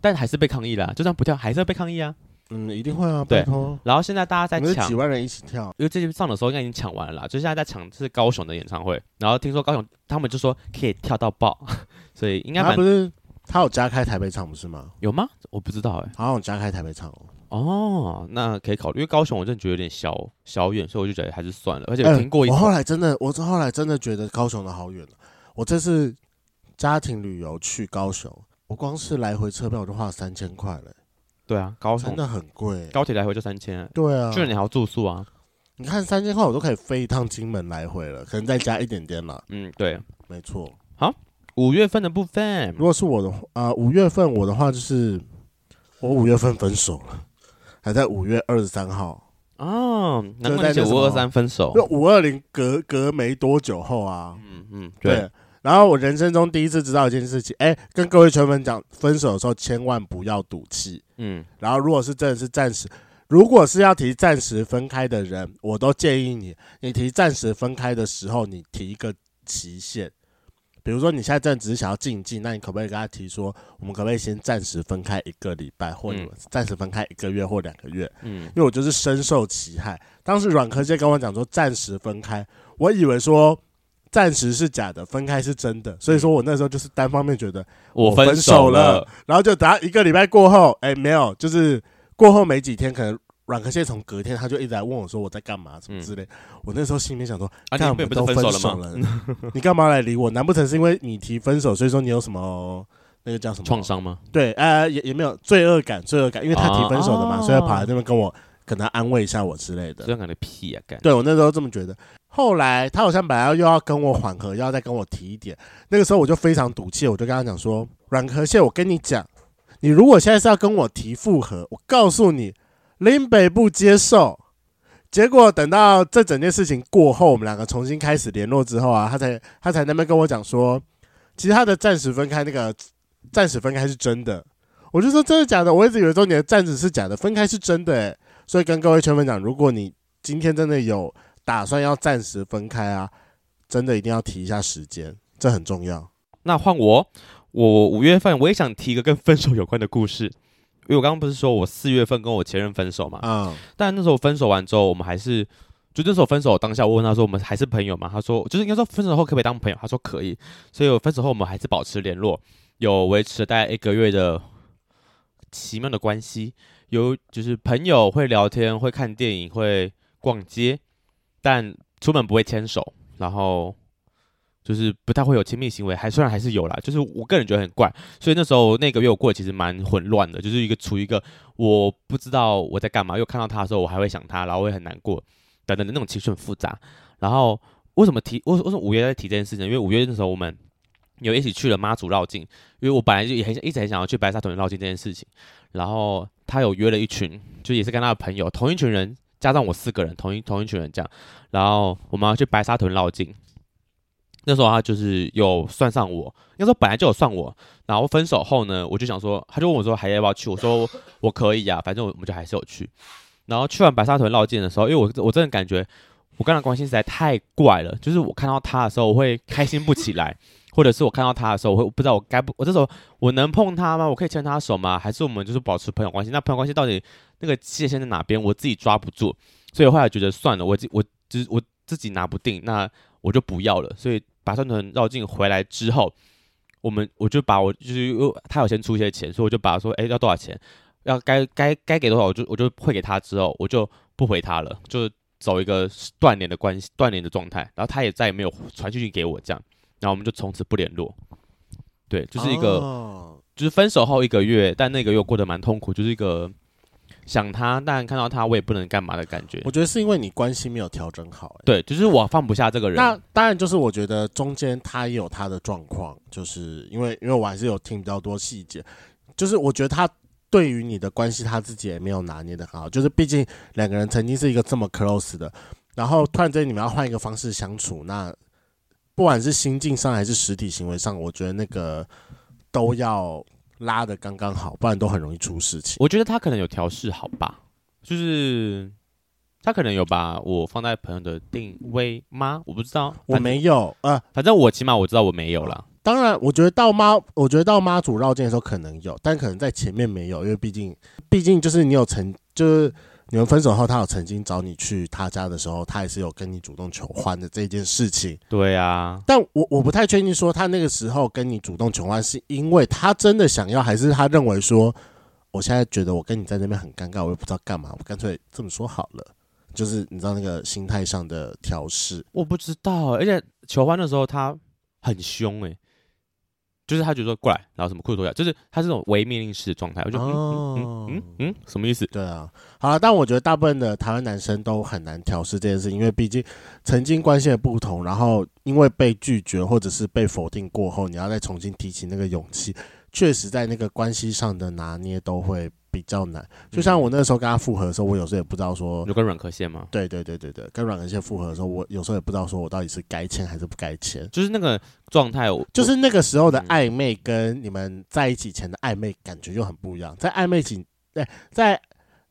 但还是被抗议啦，就算不跳，还是要被抗议啊。
嗯，一定会啊，
对
拜托。
然后现在大家
我
在
们是
抢
几，万人一起跳，
因为这集上的时候应该已经抢完了啦，就现在在抢是高雄的演唱会。然后听说高雄他们就说可以跳到爆，所以应该
他
蛮
啊不是他有加开台北场不是吗？
有吗？我不知道哎、
好像有加开台北场哦。
哦，那可以考虑，因为高雄我真的觉得有点小小远，所以我就觉得还是算了。而且
哎
有听过一、
我后来真的，我后来真的觉得高雄的好远、哦。我这次家庭旅游去高雄，我光是来回车票我就花了三千块了、
对啊，高雄
真的很贵。
高铁来回就三千、
对啊，
就是你还要住宿啊。
你看三千块我都可以飞一趟金门来回了，可能再加一点点啦。
嗯，对。
没错，
五月份的部分
如，果是我的话啊，五、月份我的话就是我五月份分手了，还在五月二十三号，
哦，难怪你
就在
写
那什
五
么
二三分手
因。为五二零隔隔没多久后啊，
嗯嗯，对
对。然后我人生中第一次知道一件事情，哎，跟各位圈粉讲，分手的时候千万不要赌气。
嗯，
然后如果是真的是暂时，如果是要提暂时分开的人，我都建议你，你提暂时分开的时候，你提一个期限。比如说你现在真的只是想要静一静，那你可不可以跟他提说，我们可不可以先暂时分开一个礼拜，或
嗯
你们暂时分开一个月或两个月？
嗯，
因为我就是深受其害。当时软科界跟我讲说暂时分开，我以为说暂时是假的，分开是真的，所以说我那时候就是单方面觉得，
我
我分
分
手
了啊
了。然后就等到一个礼拜过后，哎、没有，就是过后没几天，可能软科蟹从隔天他就一直来问我说我在干嘛什么之类。我那时候心里面想说，
嗯啊，
干
你
我
们
们
不是
都
分
分
手
手
了吗？
了， 你干嘛来理我？难不成是因为你提分手，所以说你有什么那个叫什么
创？伤吗？
对，呃，也也没有罪恶感，罪恶感，因为他提分手的嘛，
哦
所以他跑来这边跟我可能安慰一下我之类的
这。样感觉屁呀，干。
对我那时候这么觉得。后来他好像本来又要跟我缓和，又要再跟我提一点。那个时候我就非常赌气，我就跟他讲说：“软壳蟹，我跟你讲，你如果现在是要跟我提复合，我告诉你，林北不接受。”结果等到这整件事情过后，我们两个重新开始联络之后啊，他才他才那边跟我讲说，其实他的暂时分开那个暂时分开是真的。我就说真的假的，我一直以为说你的暂时是假的，分开是真的、欸。所以跟各位圈粉讲，如果你今天真的有打算要暂时分开啊，真的一定要提一下时间，这很重要。
那换我，我五月份我也想提一个跟分手有关的故事，因为我刚刚不是说我四月份跟我前任分手嘛，
嗯，
但那时候分手完之后，我们还是。就那时候分手当下，我问他说：“我们还是朋友吗？”他说：“就是应该说分手后可不可以当朋友？”他说：“可以。”所以我分手后我们还是保持联络，有维持了大概一个月的奇妙的关系，有就是朋友会聊天，会看电影，会逛街，但出门不会牵手，然后就是不太会有亲密行为，还虽然还是有啦，就是我个人觉得很怪，所以那时候那个月我过得其实蛮混乱的，就是一个处于一个我不知道我在干嘛，又看到他的时候我还会想他，然后我也很难过，等等的那种情绪很复杂。然后为什么提为为什么五月在提这件事情？因为五月那时候我们有一起去了妈祖绕境，因为我本来就也很想一直很想要去白沙屯绕境这件事情，然后他有约了一群，就也是跟他的朋友同一群人。加上我四个人，同一同一群人这样，然后我们要去白沙屯绕境。那时候他就是有算上我，那时候本来就有算我，然后分手后呢，我就想说，他就问我说还要不要去，我说 我可以啊，反正我们就还是有去。然后去完白沙屯绕境的时候，因为我我真的感觉我跟他关系实在太怪了，就是我看到他的时候我会开心不起来，或者是我看到他的时候我会不知道我该不我这时候我能碰他吗？我可以牵他手吗？还是我们就是保持朋友关系？那朋友关系到底那个界限在哪边？我自己抓不住，所以后来觉得算了，我自我只我自己拿不定，那我就不要了。所以把算屯绕境回来之后，我们我就把我就是又他有先出一些钱，所以我就把说，哎、要多少钱，要该该该给多少，我就我就汇给他之后，我就不回他了，就走一个断联的关系，断联的状态。然后他也再也没有传讯息给我，这样，然后我们就从此不联络。对，就是一个。
哦
就是分手后一个月，但那个月过得蛮痛苦，就是一个想他，但看到他我也不能干嘛的感觉
我。觉得是因为你关系没有调整好、欸。
对，就是我放不下这个人。
那当然就是我觉得中间他也有他的状况，就是因为因为我还是有听比较多细节，就是我觉得他对于你的关系他自己也没有拿捏的很好，就是毕竟两个人曾经是一个这么 close 的，然后突然之间你们要换一个方式相处，那不管是心境上还是实体行为上，我觉得那个都要拉的刚刚好，不然都很容易出事情。
我觉得他可能有调试好吧，就是他可能有把我放在朋友的定位吗？我不知道，
我没有，呃，
反正，反正我起码我知道我没有啦。
当然，我觉得到妈，我觉得到妈祖绕境的时候可能有，但可能在前面没有，因为毕竟，毕竟就是你有曾，就是你们分手后，他有曾经找你去他家的时候，他也是有跟你主动求欢的这件事情。
对啊，
但我我不太确定说他那个时候跟你主动求欢，是因为他真的想要，还是他认为说，我现在觉得我跟你在那边很尴尬，我也不知道干嘛，我干脆这么说好了，就是你知道那个心态上的调试。
我不知道，欸而且求欢的时候他很凶诶、就是他觉得说过来，然后什么裤子脱下来，就是他是那种唯命令式的状态。我就、嗯嗯嗯嗯嗯，什么意思？
对啊，好了，但我觉得大部分的台湾男生都很难调试这件事，因为毕竟曾经关系的不同，然后因为被拒绝或者是被否定过后，你要再重新提起那个勇气，确实在那个关系上的拿捏都会比较难。就像我那时候跟他复合的时候，我有时候也不知道说，
有跟软壳蟹吗？
对对对对对，跟阮文宪复合的时候，我有时候也不知道说我到底是该签还是不该签。
就是那个状态，我
就是那个时候的
嗯
暧昧跟你们在一起前的暧昧感觉又很不一样，在暧昧前，对，在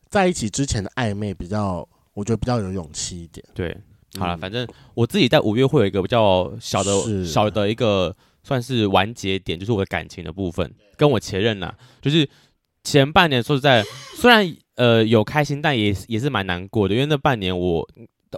在一起之前的暧昧比较，我觉得比较有勇气一点。
对，
嗯
好了，反正我自己在五月会有一个比较小的
是
小的一个算是完结点，就是我的感情的部分，跟我前任啦，就是前半年说实在， 虽然呃有开心，但也也是蛮难过的，因为那半年我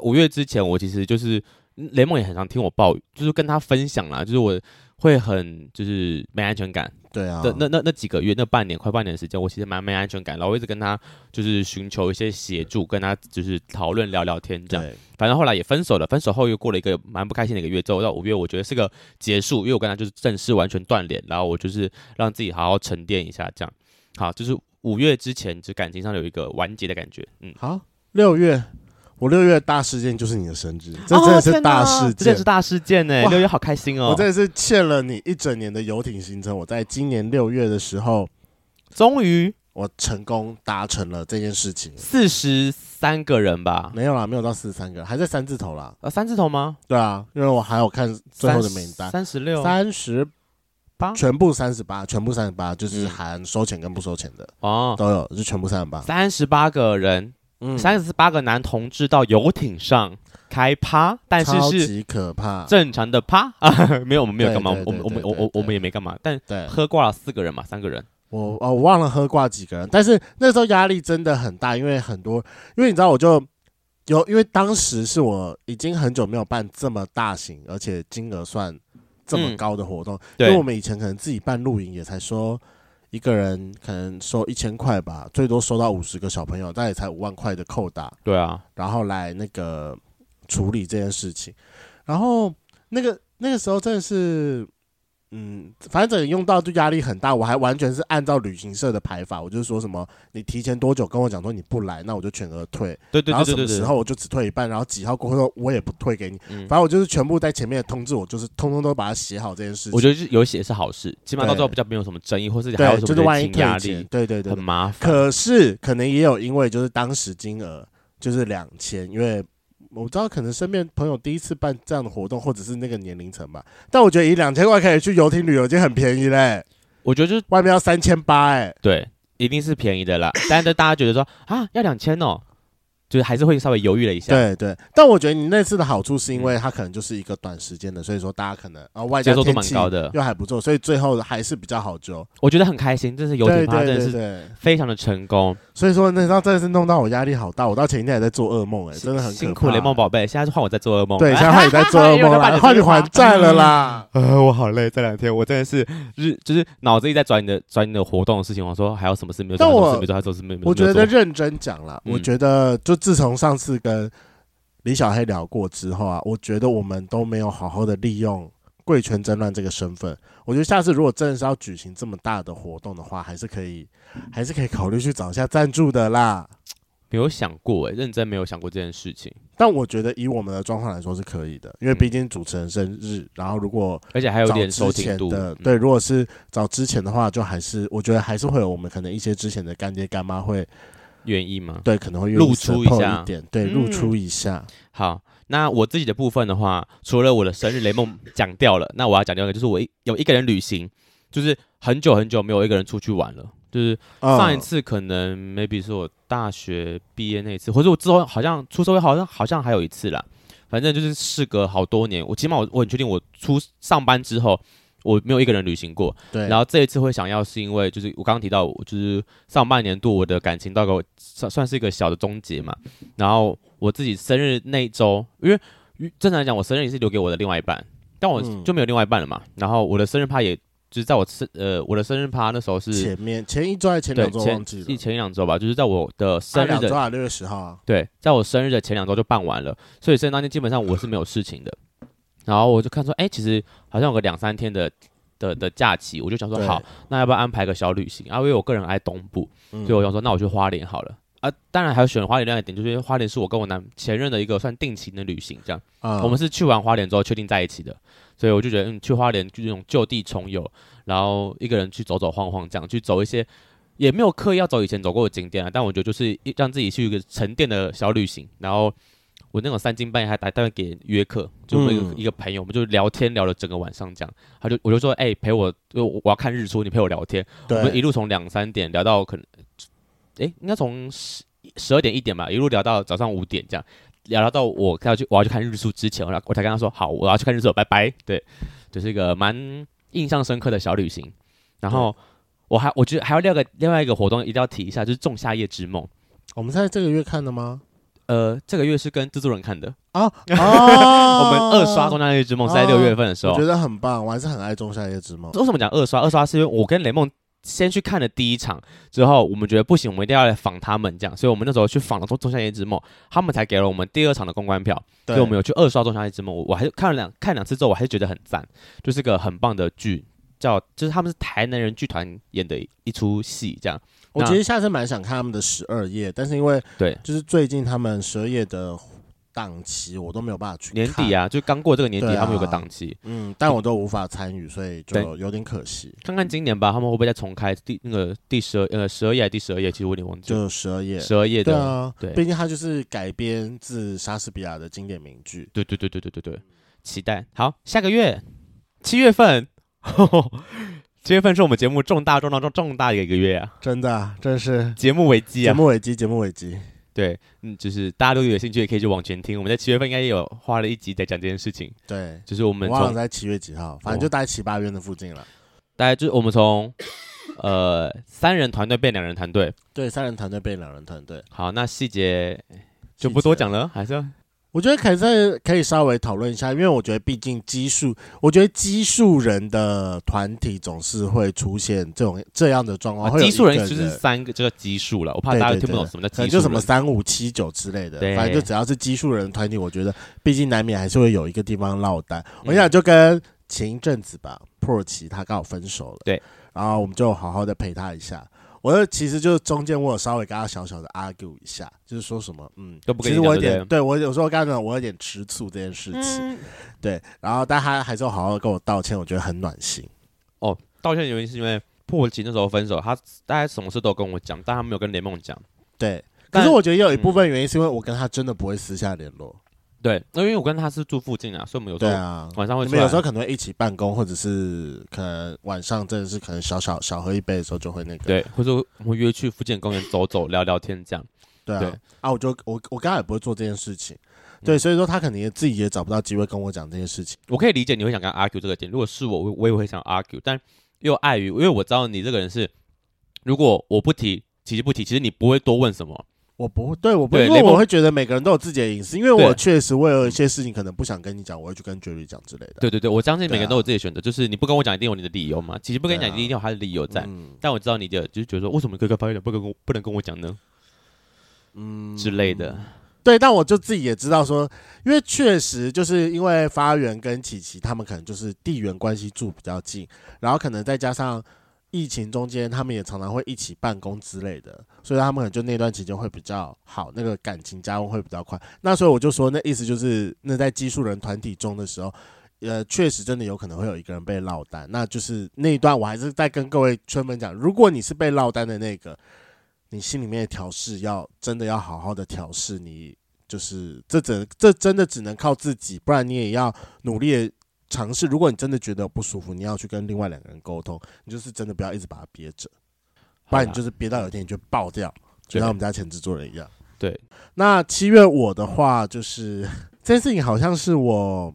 五月之前，我其实就是嗯雷梦也很常听我抱，就是跟他分享啦，就是我会很就是没安全感，
对啊，
的那那那几个月，那半年快半年的时间，我其实蛮没安全感，然后我一直跟他就是寻求一些协助，跟他就是讨论聊聊天这样。
对
反正后来也分手了，分手后又过了一个蛮不开心的一个月之后，到五月我觉得是个结束，因为我跟他就是正式完全断联，然后我就是让自己好好沉淀一下这样。好，就是五月之前，就感情上有一个完结的感觉，嗯。
好，六月，我六月大事件就是你的生日，这
哦
真的是
天
大
哪
事
这真
件
的是。大事件呢！
哇
六月好开心哦，
我真的是欠了你一整年的游艇行程。我在今年六月的时候，
终于
我成功达成了这件事情。
四十三个人吧，
没有啦，没有到四十三个，还在三字头啦。
呃，三字头吗？
对啊，因为我还有看最后的名单，
三十六
三十
八
全部三十八，全部三十八，就是
嗯
含收钱跟不收钱的、
哦，
都有，就全部三十八。
三十八个人，
嗯
三十八个男同志到游艇上开趴，但是
超
是
级可怕。
正常的趴 啊，没有，我们没有干嘛，
对
我
对
们我们我
对对
我我们
对
也没干嘛，但
对
喝挂了四个人嘛，三个人，
我哦，我忘了喝挂几个人，但是那时候压力真的很大，因为很多，因为你知道，我就有，因为当时是我已经很久没有办这么大型，而且金额算这么
嗯
高的活动，因为
对
我，们以前可能自己办露营也才说。一个人可能收一千块吧，最多收到五十个小朋友，但也才五万块的扣打，
对啊，
然后来那个处理这件事情。然后那个那个时候真的是，嗯，反正整个用到就压力很大。我还完全是按照旅行社的排法，我就是说什么你提前多久跟我讲说你不来，那我就全额退。
对对
然后
对
啊什
对
么
对
时
对，
候我就只退一半，然后几号过后我也不退给你。
嗯
反正我就是全部在前面的通知，我就是通通都把它写好这件事情。
我觉得是有写是好事，起码到
对
最后比较没有什么争议，或是还有
对，
什
就是
么
万一
人情
退
压
钱
力，
对对对
很
对。
麻烦。
可是可能也有因为就是当时金额就是两千，因为我知道可能身边朋友第一次办这样的活动，或者是那个年龄层吧。但我觉得以两千块可以去游艇旅游已经很便宜嘞、
我觉得就是
外面要三千八哎。
对，一定是便宜的啦，但是大家觉得说啊要两千哦，就是还是会稍微犹豫了一下，
对对，但我觉得你那次的好处是因为它可能就是一个短时间的，所以说大家可能啊、外加
接受度
天
蛮
气
高的，
又还不错，所以最后还是比较好揪。
我觉得很开心，真是游艇
对
趴
对
真的
对
是
对，
非常的成功，
所以说那张真的是弄到我压力好大，我到前一天还在做噩梦哎、
辛
真的很可
辛苦
怕
雷梦宝贝，现在是换我在做噩梦，
对，现在换你在做 噩
又
梦
在办
啦，
你
换你
这个
还
话
债了啦。
呃，我好累，这两天我真的是日就是脑子一直在转你的转你的活动的事情，我说还有什么事没有做，
但
还有什么
我
事没做，还有什么事没有没有
我觉得
做
认真讲啦，我
嗯
觉得就自从上次跟李小黑聊过之后啊，我觉得我们都没有好好的利用贵圈争乱这个身份。我觉得下次如果真的是要举行这么大的活动的话，还是可以，还是可以考虑去找一下赞助的啦。
没有想过哎、认真没有想过这件事情，
但我觉得以我们的状况来说是可以的，因为
嗯
毕竟主持人生日，然后如果
而且还有
找
点收
之
听
前
度，
的，
嗯
对，如果是找之前的话，就还是我觉得还是会有我们可能一些之前的干爹干妈会
愿意吗？
对，可能会愿意
露出一
support
下
点，对，
嗯
露出一下。
好，那我自己的部分的话，除了我的生日雷梦讲掉了，那我要讲掉一个，就是我一有一个人旅行，就是很久很久没有一个人出去玩了，就是
嗯
上一次可能 maybe 是我大学毕业那一次，或者我之后好像出社会好像好像还有一次啦，反正就是事隔好多年，我起码我我很确定我出上班之后。我没有一个人旅行过，
对，
然后这一次会想要，是因为就是我刚刚提到，我就是上半年度我的感情到个算算是一个小的终结嘛。然后我自己生日那一周，因为因为正常来讲，我生日也是留给我的另外一半，但我
嗯
就没有另外一半了嘛。然后我的生日趴也就是在我生呃我的生日趴那时候是
前面前一周还是前
对
两周忘
前
记了，
一前一两周吧，就是在我的生
啊
日
两周
的
啊，六月十号啊。
对，在我生日的前两周就办完了，所以生日当天基本上我是没有事情的。然后我就看说，哎，其实好像有个两三天的的的假期，我就想说
对
好。那要不要安排个小旅行？啊，因为我个人爱东部，
嗯
所以我想说，那我去花莲好了。啊，当然还有选花莲那一点，就是因为花莲是我跟我男前任的一个算定期的旅行，这样。
啊
我们是去完花莲之后确定在一起的，所以我就觉得，嗯，去花莲就那种就地重游，然后一个人去走走晃晃，这样去走一些，也没有刻意要走以前走过的景点啊，但我觉得就是一让自己去一个沉淀的小旅行，然后。我那种三更半夜还打电话给约克，就我一个、
嗯
一个朋友，我们就聊天聊了整个晚上这样，他就我就说，哎、陪我，我我要看日出，你陪我聊天，我们一
对，
路从两三点聊到可能，诶，应该从十十二点一点吧，一路聊到早上五点这样，聊到我要去我要去看日出之前，我才我才跟他说好，我要去看日出了，拜拜。对，就是一个蛮印象深刻的小旅行。然后我还我觉得还有另外一个另外一个活动一定要提一下，就是《仲夏夜之梦》。
我们在这个月看的吗？
呃，这个月是跟制作人看的，
啊
我
啊！
们二刷《仲夏夜之梦》是在六月份的时候。
我觉得很棒，我还是很爱《仲夏夜之梦》。
为什么讲二刷？二刷是因为我跟雷梦先去看了第一场之后，我们觉得不行，我们一定要来仿他们这样，所以我们那时候去仿了《仲仲夏夜之梦》，他们才给了我们第二场的公关票，所
对，
以我们有去二刷《仲夏夜之梦》。我我还是看了两看两次之后，我还是觉得很赞，就是个很棒的剧，叫就是他们是台南人剧团演的一一出戏这样。
我
那
其实下次蛮想看他们的十二夜，但是因为
对
就是最近他们十二夜的档期我都没有办法去
年底
啊，
啊，就刚过这个年底，
对啊
他们有个档期，
嗯，但我都无法参与，所以就
对
有点可惜。
看看今年吧，他们会不会再重开第那个第十二呃十二页还是第十二页？其实我有点忘记了，
就十二夜，
十二页
对
的
啊，
对
毕竟它就是改编自莎士比亚的经典名句。
对对对对对对
嗯
对，期待。好，下个月七月份， 七月份是我们节目重大重大重重大的一个月啊，
真的啊，真是
节目危机
节
啊。
目危机，节目危机。
对，嗯，就是大家如果有兴趣也可以去往前听，我们在七月份应该也有花了一集在讲这件事情，
对，
就是我们
我忘了
从
在七月几号，反正
哦
就大概七八月的附近了。
大概就是我们从呃三人团队变两人团队。
对，三人团队变两人团队，
好，那细节
细
就
节
不多。讲了，还是要
我觉得凯赛可以稍微讨论一下，因为我觉得毕竟基数，我觉得基数人的团体总是会出现这种这样的状况。哦会有
啊基数
一
人
个
就是三个，就叫基数了。我怕
对
大家
对
听不懂
对
什么
可
叫
能
基数
就
人。
什么三五七九之类的，
对
反正就只要是基数人团体，我觉得毕竟难免还是会有一个地方落
嗯
单。我想就跟前一阵子吧，普尔奇他刚好分手了，
对，
然后我们就好好的陪他一下。我就其实就是中间我有稍微跟他小小的 argue 一下，就是说什么，嗯，
都不跟
其实
你讲
我有
对不
点，对我有时候刚才我有点吃醋这件事情，
嗯
对，然后但他还是有好好地跟我道歉，我觉得很暖心。
哦，道歉的原因是因为破奇那时候分手，他大概什么事都跟我讲，但他没有跟雷梦讲。
对，可
但嗯
是我觉得也有一部分原因是因为我跟他真的不会私下联络，
对，因为我跟他是住附近啊，所以我们有时
对
候
啊，
晚上会
你
出
们
来。
有时候可能会一起办公，或者是可能晚上真的是可能小小小喝一杯的时候就会那个。
对，或者我们约去附近的公园走走、聊聊天这样。
对啊，
对嗯
啊，我就我我刚才也不会做这件事情，对，所以说他可能也自己也找不到机会跟我讲这件事情。
我可以理解你会想跟他 argue 这个点，如果是我，我我也会想 argue，但又碍于，因为我知道你这个人是，如果我不提，其实不提，其实你不会多问什么。
我不会，对我不会，
对
因为
雷蒙
我会觉得每个人都有自己的隐私，因为我
对
确实我有一些事情可能不想跟你讲，我会去跟 Jerry 讲之类的。
对对对，我相信每个
对啊
人都有自己的选择，就是你不跟我讲，一定有你的理由嘛。其实不跟你
对
讲，
啊
一定有他的理由在。
嗯
但我知道你的，就是觉得说，为什么哥哥发言人不跟我不能跟我讲呢？
嗯
之类的。
对，但我就自己也知道说，因为确实就是因为发源跟琪琪他们可能就是地缘关系住比较近，然后可能再加上疫情中间他们也常常会一起办公之类的，所以他们可能就那段期间会比较好，那个感情加温会比较快。那所以我就说，那意思就是那在基数人团体中的时候。呃，确实真的有可能会有一个人被落单，那就是那一段，我还是在跟各位圈粉讲，如果你是被落单的那个，你心里面的调试要真的要好好的调试，你就是这真这真的只能靠自己，不然你也要努力地尝试。如果你真的觉得不舒服，你要去跟另外两个人沟通，你就是真的不要一直把它憋着，不然你
好啦
就是憋到有一天你就爆掉，就
对
像我们家前制作人一样。
对，
那七月我的话就是这件事情好像是我。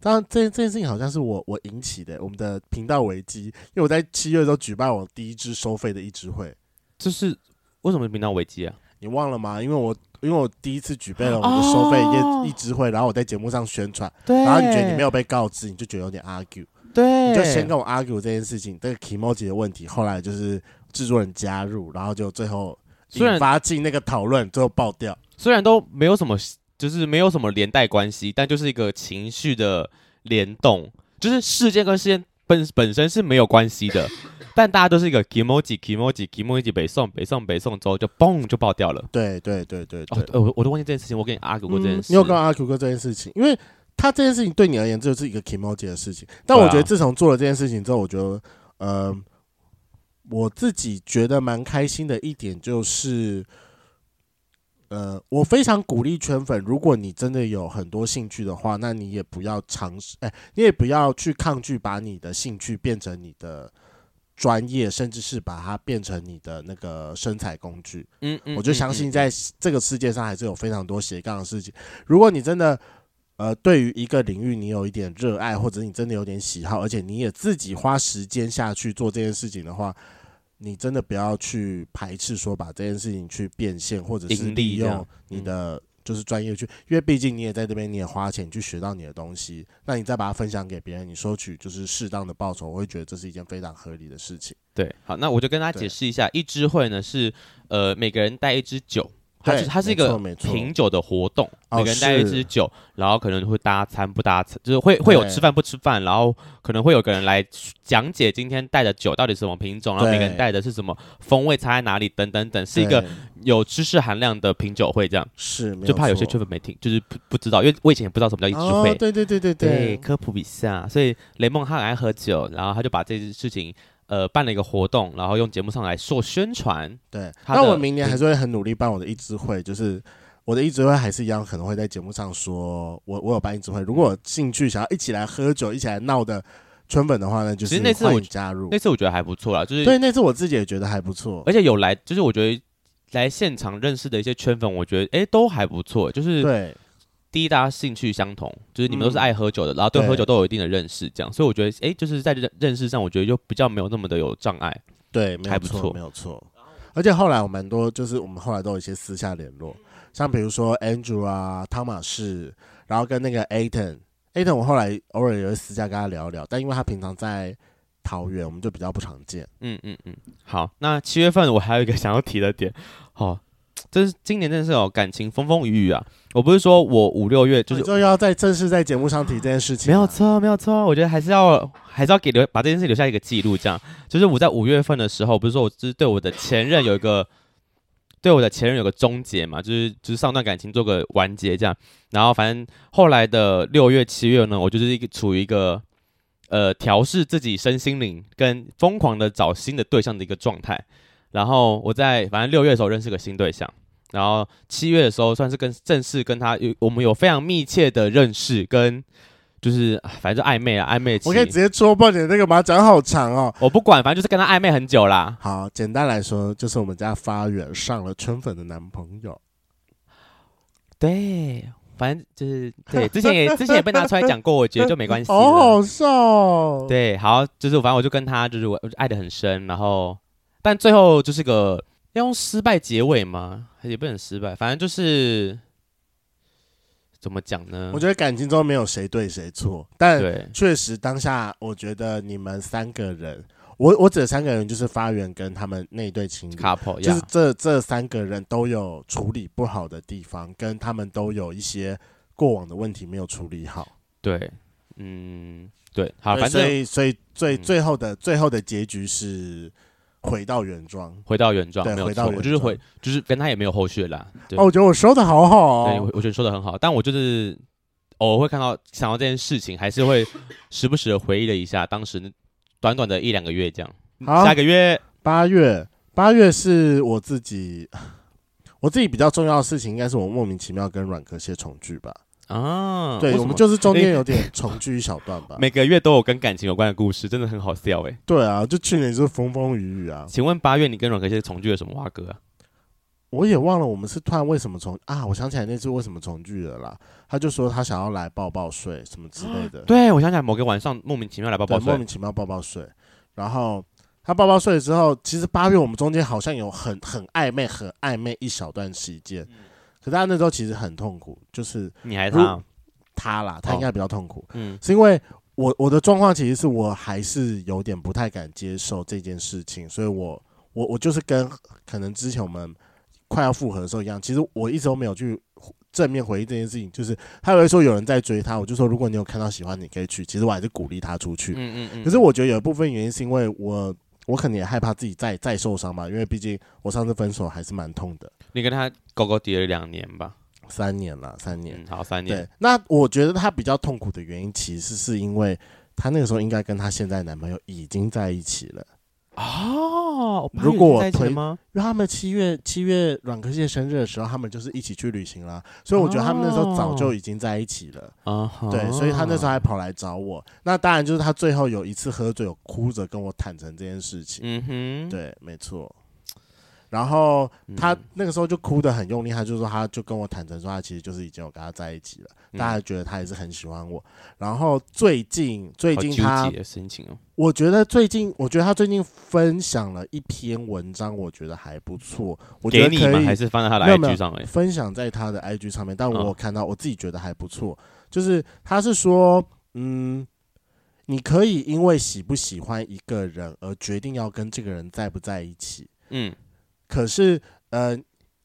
当然，这这件事情好像是我我引起的，我们的频道危机，因为我在七月的时候举办我第一支收费的一支会，
就是为什么频道危机啊？
你忘了吗？因为我因为我第一次举办了我的收费
哦
一一支会，然后我在节目上宣传，
对
然后你觉得你没有被告知，你就觉得有点 argue，
对
你就先跟我 argue 这件事情，这个 emoji 的问题，后来就是制作人加入，然后就最后
虽然
引发进那个讨论，最后爆掉。
虽然都没有什么，就是没有什么连带关系，但就是一个情绪的联动，就是事件跟事件本本身是没有关系 的，但大家都是一个 emoji emoji emoji 北宋北宋北宋之后就嘣就爆掉了。
对对对对对
哦，，对我我都忘记这件事情，我跟你 argue 过这件
嗯
事。
你有跟阿 Q 哥这件事情，因为他这件事情对你而言就是一个 emoji 的事情，但我
对啊
觉得自从做了这件事情之后，我觉得，呃，我自己觉得蛮开心的一点就是。呃，我非常鼓励圈粉，如果你真的有很多兴趣的话，那你也不要尝试，哎、你也不要去抗拒把你的兴趣变成你的专业，甚至是把它变成你的那个身材工具。
嗯嗯
我就相信在这个世界上还是有非常多斜杠的事情。如果你真的呃对于一个领域你有一点热爱，或者你真的有点喜好，而且你也自己花时间下去做这件事情的话，你真的不要去排斥说把这件事情去变现，或者是
盈利
利
这样嗯
用你的。就是专业去，因为毕竟你也在这边，你也花钱去学到你的东西，那你再把它分享给别人，你收取就是适当的报酬，我会觉得这是一件非常合理的事情。
对，好，那我就跟大家
对
解释一下，一支会呢是呃每个人带一支酒，它
对
是它是
没
一个
错没错
品酒的活动，
哦
每个人带一
是
支酒，然后可能会搭餐不搭餐，就是会会有
对
吃饭不吃饭，然后可能会有个人来讲解今天带的酒到底是什么品种，然后每个人
对
带的是什么风味差在哪里等等等，是一个
对
有知识含量的品酒会，这样
是，没
就怕有些
错
圈粉没听，就是不不知道，因为我以前也不知道什么叫一支
哦
会，
对对对对
对，科普一下。所以雷梦他很爱喝酒，然后他就把这件事情呃办了一个活动，然后用节目上来做宣传。
对，
他
那
的
我明年还是会很努力办我的一支会，就是我的一支会还是一样，可能会在节目上说我我有办一支会，如果有兴趣想要一起来喝酒、一起来闹的春粉的话呢，就是
其实那次
欢
我
迎加入
那。次我觉得还不错啦，就是
对，那次我自己也觉得还不错。
而且有来，就是我觉得来现场认识的一些圈粉，我觉得哎都还不错。就是
对，
第一，大家兴趣相同，就是你们
嗯
都是爱喝酒的，然后对
对
喝酒都有一定的认识，这样。所以我觉得哎，就是在认认识上，我觉得就比较没有那么的有障碍。
对，没有
还不
错，
错
没有错。而且后来我蛮多，就是我们后来都有一些私下联络，像比如说 Andrew 啊、汤马士，然后跟那个 Aton。Aton 我后来偶尔也会私下跟他聊一聊，但因为他平常在桃园，我们就比较不常见。
嗯嗯嗯，好，那七月份我还有一个 想要提的点，哦，这是今年真的是有感情风风雨雨啊！我不是说我五六月
就
就
是就要在正式在节目上提这件事情
没
啊、
有错，没有错。我觉得还是要还是要给留把这件事留下一个记录，这样就是我在五月份的时候，不是说我就是对我的前任有一个对我的前任有个终结嘛，就是就是上段感情做个完结这样。然后反正后来的六月七月呢，我就是一个处于一个呃调试自己身心灵跟疯狂的找新的对象的一个状态。然后我在反正六月的时候认识个新对象。然后七月的时候，算是跟正式跟他有我们有非常密切的认识跟就是啊反正就暧昧啊，暧昧期。
我可以直接戳爆你的那个吗？讲好长哦。
我不管，反正就是跟他暧昧很久啦。
好，简单来说，就是我们家发源上了春粉的男朋友。
对，反正就是对，之前也之前也被拿出来讲过，我觉得就没 关系了。
好好笑、哦。，
对，好，就是反正我就跟他就是我我就爱的很深，然后但最后就是个要用失败结尾吗？也不能失败，反正就是怎么讲呢？
我觉得感情中没有谁对谁错，但
对，
确实当下，我觉得你们三个人，我我指的三个人就是发源跟他们那一对情侣，
couple
就是
呀
这这三个人都有处理不好的地方，跟他们都有一些过往的问题没有处理好。
对，嗯，对，好，
对
反
所
正
以所以最
嗯
最后的最后的结局是回到原状。
回到原状
对
没有
回到
错，
原
我就是
状
回，就是跟他也没有后续啦。对，
哦，我觉得我收的好好
对，我
哦。
我觉得你说的很好，但我就是偶尔会看到想到这件事情，还是会时不时的回忆了一下当时短短的一两个月这样。
好
下个月
八月八月是我自己。我自己比较重要的事情，应该是我莫名其妙跟软壳蟹重聚吧。
啊，为
对，
什
我们
么
就是中间
你
有 点重聚一小段吧。
每个月都有跟感情有关的故事，真的很好笑哎、
对啊，就去年就是风风雨雨啊，
请问八月你跟阮可蟹重聚了什么蛙哥、啊？
我也忘了我们是突然为什么重啊，我想起来那次为什么重聚了啦。他就说他想要来抱抱睡什么之类的，
对，我想起来某个晚上莫名其妙来抱抱
对莫
睡
名，其妙抱抱睡。然后他抱抱睡之后，其实八月我们中间好像有很很暧昧、很暧昧一小段时间，
嗯
可是他那时候其实很痛苦，就是
你还是他
如，他啦，他应该比较痛苦，
嗯
是因为我我的状况其实是我还是有点不太敢接受这件事情，所以我我我就是跟可能之前我们快要复合的时候一样，其实我一直都没有去正面回应这件事情。就是他有会说有人在追他，我就说如果你有看到喜欢你可以去，其实我还是鼓励他出去。
嗯嗯嗯。
可是我觉得有一部分原因是因为我我可能也害怕自己再再受伤吧，因为毕竟我上次分手还是蛮痛的，
你跟他勾勾叠了两年吧，
三年了，三年。
嗯，好三年
对，，那我觉得她比较痛苦的原因，其实是因为她那个时候应该跟她现在男朋友已经在一起了，
哦，八
如
月
果
是
我
在一起了
推
吗？
因为他们七月七月阮科蟹生日的时候，他们就是一起去旅行啦，所以我觉得他们那时候早
哦
就已经在一起了，
啊，
对，所以他那时候还跑来找我。那当然就是他最后有一次喝醉，有哭着跟我坦诚这件事情，
嗯哼，
对，没错。然后
嗯，
他那个时候就哭得很用力，他就说他就跟我坦诚说他其实就是已经有跟他在一起了。
嗯
大家觉得他也是很喜欢我。然后最近最近
好
他
纠结，的心情哦，
我觉得最近我觉得他最近分享了一篇文章，我觉得还不错，我觉得
给你吗？
可
还
以
是放在他的
没有没
IG
有
上而已？
分享在他的 IG 上面，但我
嗯
有看到我自己觉得还不错，就是他是说，嗯。你可以因为喜不喜欢一个人而决定要跟这个人在不在一起，
嗯，
可是呃，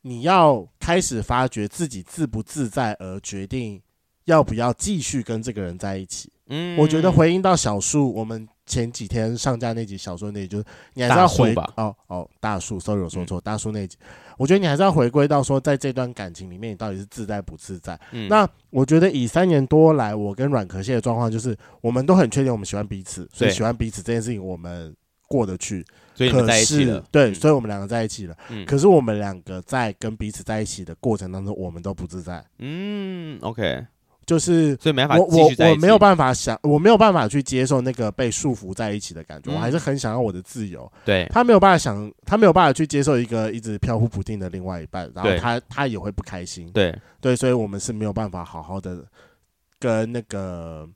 你要开始发觉自己自不自在，而决定要不要继续跟这个人在一起。
嗯
我觉得回应到小树，我们前几天上架那集小树那集，就是你还是要回
大树吧嗯
哦哦大树，sorry 我说错，大树那集，我觉得你还是要回归到说，在这段感情里面，你到底是自在不自在。
嗯
那我觉得以三年多来，我跟软壳蟹的状况就是，我们都很确定我们喜欢彼此，所以
对
喜欢彼此这件事情我们过得去。
所以你
可
们
是
在一起了，
对，
嗯
所以我们两个在一起了。
嗯
可是我们两个在跟彼此在一起的过程当中，我们都不自在，
嗯，OK，
就是
所以没办
我
法继
我
续在一
我
起，
没有办法想，我没有办法去接受那个被束缚在一起的感觉，
嗯
我还是很想要我的自由。
对，
他没有办法想，他没有办法去接受一个一直飘忽不定的另外一半，然后
对
他他也会不开心。
对，
对，所以我们是没有办法好好的跟那个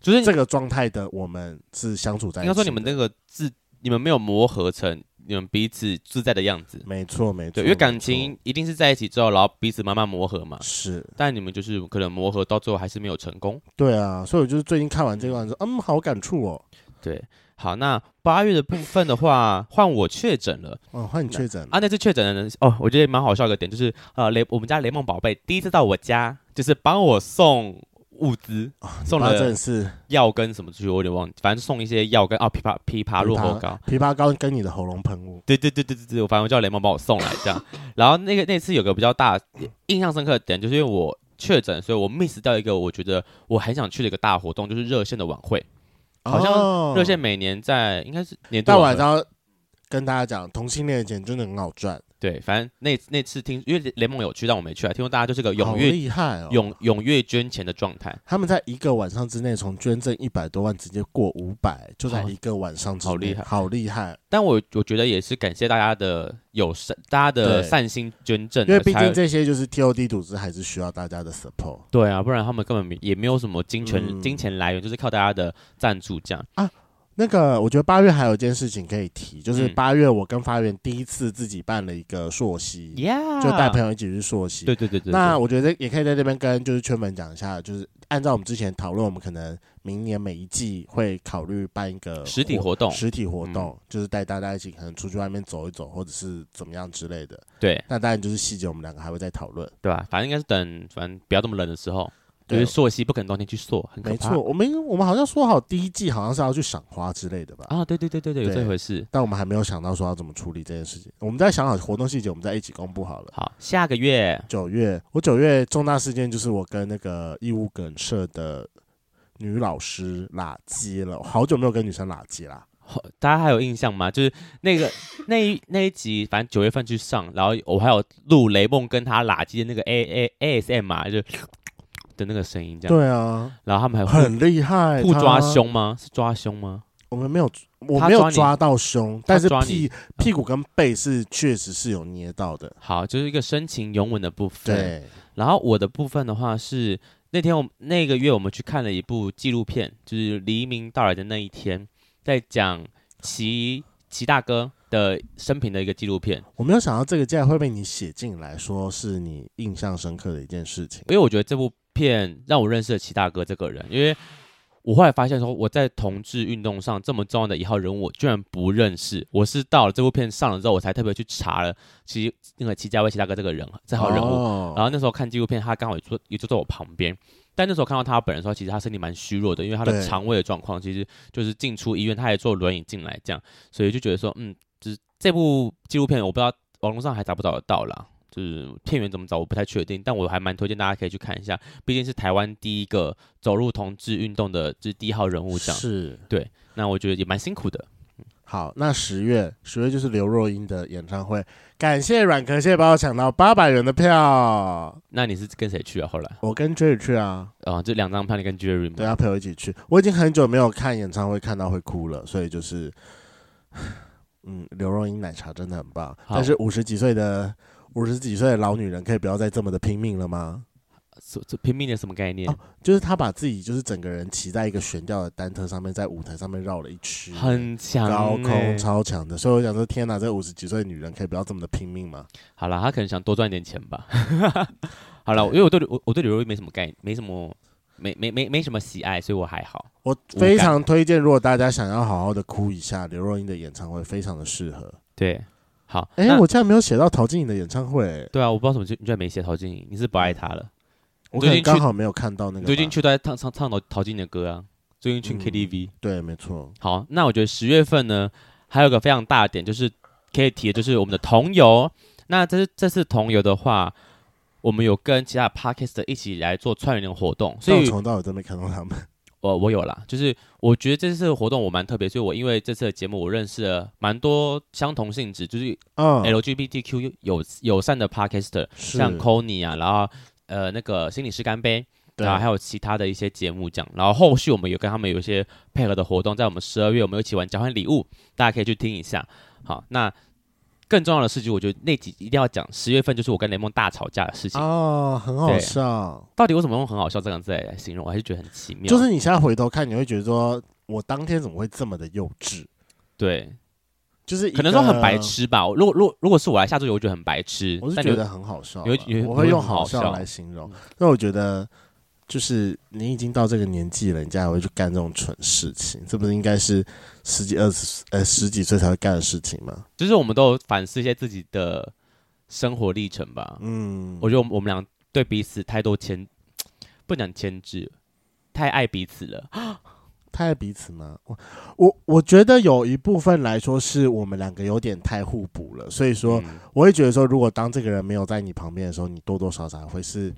就是
这个状态的我们是相处在一
应
起的。
该说你们那个自，你们没有磨合成你们彼此自在的样子。
没错没错，
对，因为感
没错
情一定是在一起之后，然后彼此慢慢磨合嘛。
是
但你们就是可能磨合到最后还是没有成功。
对啊，所以我就是最近看完这段之后，嗯，好感触哦。
对，好，那八月的部分的 话，换我确诊了
哦，换你确诊
啊。那次确诊的人哦，我觉得蛮好笑的一个点就是，呃，雷我们家雷梦宝贝第一次到我家，就是帮我送物资，
哦
送
那真
了
的是
药跟什么去，我有点忘记，反正送一些药跟啊枇杷枇杷落后膏。
枇杷膏跟你的喉咙喷雾，
对对对对对对，我反正我叫雷蒙帮我送来这样。 然后那个那次有个比较大印象深刻的点，就是因为我确诊，所以我 miss 掉一个我觉得我很想去的一个大活动，就是热线的晚会。好像
哦
热线每年在应该是年度
但我还
晚
是
会，
要跟大家讲，同性恋的钱真的很好赚，
对，反正那那次听，因为雷蒙有去，但我没去啊。听说大家就是个
好
踊跃
厉害哦！
踊踊跃捐钱的状态，
他们在一个晚上之内，从捐赠一百多万直接过五百，就在
好
一个晚上之内，
好厉害
好厉害！
但我我觉得也是感谢大家的友善，大家的
对
善心捐赠啊，
因为毕
才
竟这些就是 TOD 组织还是需要大家的 support
对啊，不然他们根本没也没有什么金钱、
嗯
金钱来源，就是靠大家的赞助这样。
那个，我觉得八月还有一件事情可以提，就是
嗯
八月我跟发源第一次自己办了一个朔溪，
Yeah，
就带朋友一起去朔溪。
对对对对对，
那我觉得也可以在这边跟就是圈粉讲一下，就是按照我们之前讨论，我们可能明年每一季会考虑办一个
实体活动嗯
实体活动就是带大家一起可能出去外面走一走，或者是怎么样之类的。
对
那当然就是细节我们两个还会再讨论。
对吧、反正应该是等，反正不要这么冷的时候，就
对哦
是朔溪不可能冬天去朔，很可
没
怕。
错，我们我们好像说好第一季好像是要去赏花之类的吧，
啊，对对对对对，有这
对
回事。
但我们还没有想到说要怎么处理这件事情。我们再想好活动细节，我们再一起公布好了。
好，下个月
九月，我九月重大事件就是我跟那个义务梗社的女老师拉鸡了，我好久没有跟女生拉鸡啦。
好大家还有印象吗？就是那个那一那一集，反正九月份去上，然后我还有录雷梦跟他垃圾的那个 A A A S M 嘛，就的那个声音这样。
对啊，
然后他们还
很啊厉害，
互互抓
她。
胸吗？是抓胸吗？
我们没有，我
他
没有
抓你
抓到胸，但是
抓你嗯
屁屁股跟背是确实是有捏到的。
好，就是一个深情拥吻的部分。
对，
然后我的部分的话是那天我那个月我们去看了一部纪录片，就是《黎明到来的那一天》，在讲齐齐大哥的生平的一个纪录片。
我没有想到这个竟然会被你写进来，说是你印象深刻的一件事情。
因为我觉得这部片让我认识了齐大哥这个人，因为我后来发现说我在同志运动上这么重要的一号人物，我居然不认识。我是到了这部片上了之后，我才特别去查了齐那个齐家威齐大哥这个人这号人物。啊
哦
然后那时候看纪录片，他刚好也坐也就在我旁边。但那时候看到他本人的时候，其实他身体蛮虚弱的，因为他的
对
肠胃的状况，其实就是进出医院，他也坐轮椅进来这样，所以就觉得说，嗯，就是这部纪录片，我不知道网络上还找不找得到啦，就是片源怎么找我不太确定，但我还蛮推荐大家可以去看一下，毕竟是台湾第一个走入同志运动的，就是第一号人物这样。
是
那我觉得也蛮辛苦的，
好，那十月，十月就是刘若英的演唱会，感谢软壳蟹帮我抢到八百元的票，
那你是跟谁去啊？后来
我跟 Jerry 去啊，
啊、这两张票你跟 Jerry 吗
对，他陪我一起去。我已经很久没有看演唱会看到会哭了，所以就是， 嗯，刘若英奶茶真的很棒，
好
但是五十几岁的五十几岁的老女人可以不要再这么的拼命了吗？
这这拼命的什么概念？
哦就是她把自己就是整个人骑在一个悬吊的单车上面，在舞台上面绕了一圈，
很强、
高
欸
空超强的，所以我想说，天哪，这五十几岁的女人可以不要这么的拼命吗？
好啦，他可能想多赚点钱吧。 好了，因为我对我我对刘若英没什么概，没什么，没没没没什么喜爱，所以我还好。
我非常推荐，如果大家想要好好的哭一下，刘若英的演唱会非常的适合。
对，好，
哎、
那
我竟然没有写到陶晶莹的演唱会、
对啊，我不知道怎么就你居然没写陶晶莹，你是不爱她了？
我可
最
能
近去
刚好没有看到那个吧。
最近去都在唱唱唱陶陶晶莹的歌啊，最近去
嗯
KTV。
对，没错，
好，那我觉得十月份呢，还有个非常大的点就是可以提的，就是我们的同游。那这是这次同游的话，我们有跟其他 p a r k e s t 一起来做串联的活动，所
但我
以
从头到尾都没看到他们。
呃我我有啦，就是我觉得这次的活动我蛮特别，所以我因为这次的节目，我认识了蛮多相同性质，就是
嗯，
LGBTQ 友友善的 podcaster，
是
哎像 c o n y 啊，然后呃那个心理师干杯，
对
然后还有其他的一些节目这样。然后后续我们有跟他们有一些配合的活动，在我们十二月我们有一起玩交换礼物，大家可以去听一下。好，那更重要的事情，我觉得那集一定要讲，十月份就是我跟雷梦大吵架的事情。
哦，很好
对
笑。
到底为什么用很好笑这样字来形容，我还是觉得很奇妙。
就是你现在回头看，你会觉得说，我当天怎么会这么的幼稚？
对，
就是一
可能说很
个
白，痴吧。我如果如果如果是我来下注，我会觉得很白痴。
我是
但
觉
你
得很好笑啊
你会你会
我会用
你会很好
笑
笑嗯
来形容。那我觉得就是你已经到这个年纪了，你竟然还会去干这种蠢事情，这不是应该是十几、二十呃十几岁才会干的事情吗？
就是我们都有反思一些自己的生活历程吧。
嗯，
我觉得我们我们俩对彼此太多牵，不讲牵制，太爱彼此了。
太爱彼此吗？我我我觉得有一部分来说是我们两个有点太互补了，所以说、
嗯
我会觉得说，如果当这个人没有在你旁边的时候，你多多少少会是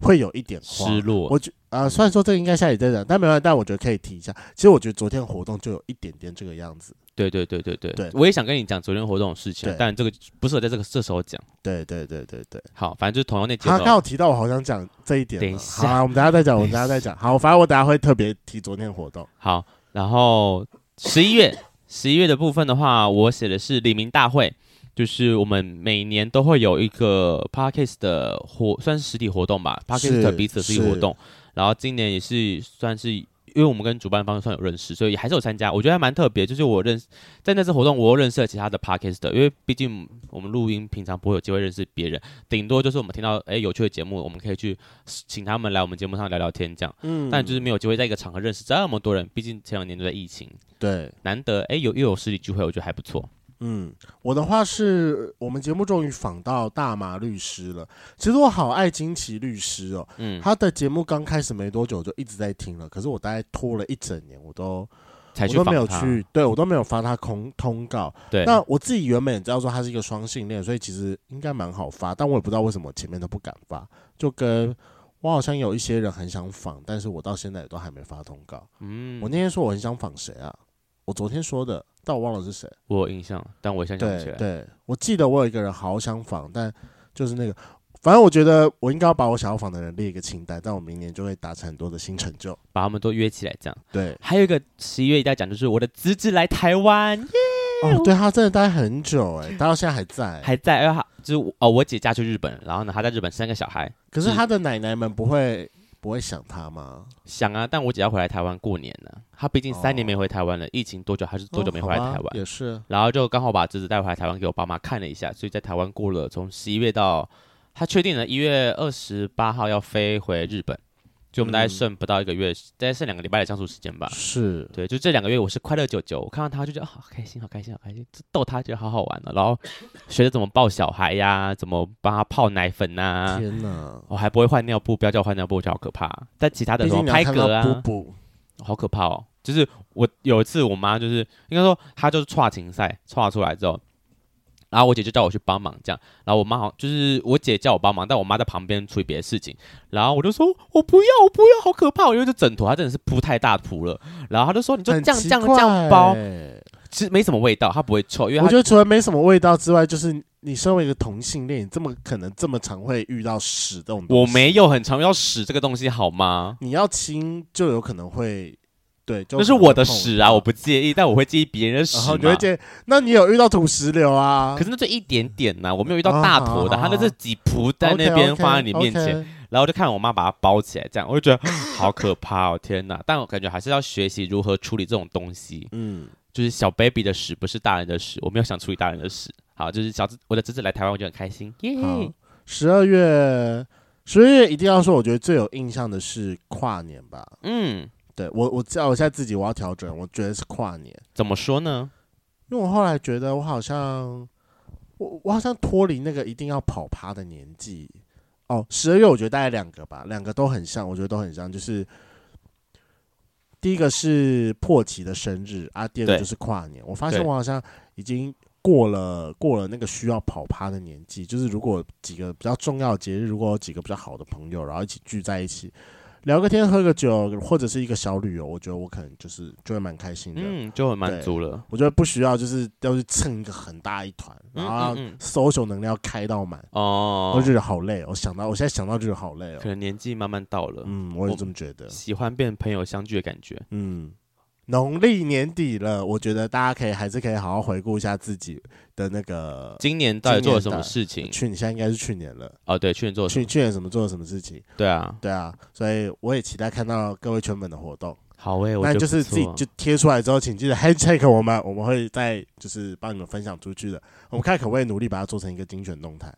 会有一点慌
失落，
我觉啊、虽然说这个应该下礼再讲，但没关系，但我觉得可以提一下。其实我觉得昨天活动就有一点点这个样子。
对对对对对，
对
我也想跟你讲昨天活动的事情
对，
但这个不适合在这个这时候讲。
对对对对对。
好，反正就是同样那节
他
目。
刚好提到，我好想讲这一点了。
等一下
好啦我们等一下再讲，我们
等一
等
下
一下再讲。好，反正我等一下会特别提昨天的活动。
好，然后十一月，十一月的部分的话，我写的是黎明大会，就是我们每年都会有一个 Parkes 的活，算是实体活动吧，Parkes 的彼此实体活动。然后今年也是算是，因为我们跟主办方算有认识，所以还是有参加。我觉得还蛮特别，就是我认识在那次活动，我又认识了其他的 Parkes 的，因为毕竟我们录音平常不会有机会认识别人，顶多就是我们听到诶有趣的节目，我们可以去请他们来我们节目上聊聊天这样。
嗯
但就是没有机会在一个场合认识这么多人，毕竟前两年都在疫情，
对，
难得哎有又有实体聚会，我觉得还不错。
嗯，我的话是我们节目终于访到大马律师了。其实我好爱金奇律师哦，
嗯，
他的节目刚开始没多久我就一直在听了，可是我大概拖了一整年，我都
才去
我都没
访
有
他，
去，对我都没有发他通通告。
对，
那我自己原本也知道说他是一个双性恋，所以其实应该蛮好发，但我也不知道为什么前面都不敢发，就跟我好像有一些人很想访，但是我到现在也都还没发通告。
嗯，
我
我
那天说我很想访谁啊？我昨天说的，但我忘了是谁。
有印象，但我现在想不起
对
来。
对，我记得我有一个人好想访，但就是那个，反正我觉得我应该要把我想要访的人列一个清单，但我明年就会达成很多的新成就。
把他们都约起来这样。
对，
还有一个十一月一定要讲，就是我的侄子来台湾， 耶
哦，对他真的待很久哎、他到现在还在、
哎还在，因为他就是我哦，我姐嫁去日本，然后呢，她在日本生了个小孩，
可是他的奶奶们不会不会想他吗？
想啊，但我姐要回来台湾过年呢，她毕竟三
哦
年没回台湾了，疫情多久，她是多久
哦
没
好
回来
吧
台湾？
也是，
然后就刚好把侄子带回来台湾给我爸妈看了一下，所以在台湾过了从十一月到他确定了一月二十八号要飞回日本，就我们大概
嗯
剩不到一个月，大概剩两个礼拜的相处时间吧。
是
对，就这两个月我是快乐九九，我看到他就觉得、啊好开心，好开心，好开心，就逗他觉得好好玩哦。然后 学着怎么抱小孩呀、怎么帮他泡奶粉呐、
天哪！
我、还不会换尿布，不要叫我换尿布，我觉得好可怕。但其他的
毕
什
竟
么
你
拍
要看
嗝
到
啊，
布布，
好可怕哦！就是我有一次，我妈就是应该说她就是跨情赛跨出来之后，然后我姐就叫我去帮忙这样，然后我妈好就是我姐叫我帮忙，但我妈在旁边处理别的事情，然后我就说我不要，我不要，好可怕哦！因为这枕头它真的是铺太大铺了，然后她就说你就
很
这样
奇
这样
怪
这样包，啊
欸
其实没什么味道，它不会臭，因为
我
它
觉得除了没什么味道之外，就是你身为一个同性恋，你这么可能这么常会遇到屎这种东西。
我没有很常要屎这个东西好吗？
你要亲就有可能会，对，就
那是
可能
我的
碰
屎
到
啊，我，不介意，但我会介意别人的
然
屎
后你会
嘛。
见，那你有遇到土石流啊？
可是那就一点点呐、我没有遇到大坨的，
啊
它那是几铺在那边放在你面前
o k
然后就看我妈把它包起来，这样我就觉得好可怕哦，天哪！但我感觉还是要学习如何处理这种东西，
嗯，
就是小 baby 的屎不是大人的屎，我没有想处理大人的屎。好，就是小侄我的侄子来台湾，我就很开心，耶、
好，十二月，十二月一定要说，我觉得最有印象的是跨年吧。
嗯，
对我，我知道我现在自己我要调整，我觉得是跨年，
怎么说呢？
因为我后来觉得我好像，我我好像脱离那个一定要跑趴的年纪。哦，十二月我觉得大概两个吧，两个都很像，我觉得都很像，就是第一个是破奇的生日啊，第二个
对
就是跨年。我发现
对
我好像已经过了过了那个需要跑趴的年纪，就是如果几个比较重要的节日，如果有几个比较好的朋友，然后一起聚在一起。聊个天，喝个酒，或者是一个小旅游，我觉得我可能就是就会蛮开心的。
嗯，就很满足了。
我觉得不需要就是要去蹭一个很大一团，然后
嗯嗯嗯
social 能量要开到满，我
哦
就，觉得好累哦。我想到我现在想到就觉得好累哦
可。能年纪慢慢到了，
嗯，我也这么觉得。
喜欢变朋友相聚的感觉。
嗯，农历年底了，我觉得大家可以还是可以好好回顾一下自己的那个。
今年到底做了什
今年的
么事情？
去，你现在应该是去年了。
哦，对，去年做了什
去
么？
去年什么做了什么事情？
对啊，
对啊，所以我也期待看到各位圈粉的活动。
好欸诶、我
那
觉得
就是
不
自己
错啊
就贴出来之后，请记得 hashtag 我们，我们会再就是帮你们分享出去的。我们看可不可以努力把它做成一个精选动态。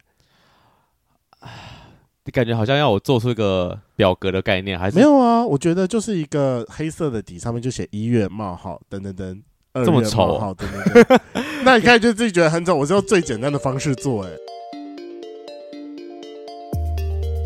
你感觉好像要我做出一个表格的概念，还是
没有啊，我觉得就是一个黑色的底，上面就写一月冒号等等等，二
这么
月
丑
冒号等等 等。那你看就自己觉得很丑，我是用最简单的方式做、哎。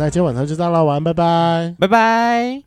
那今天晚上就到了，晚安，拜拜。
拜拜。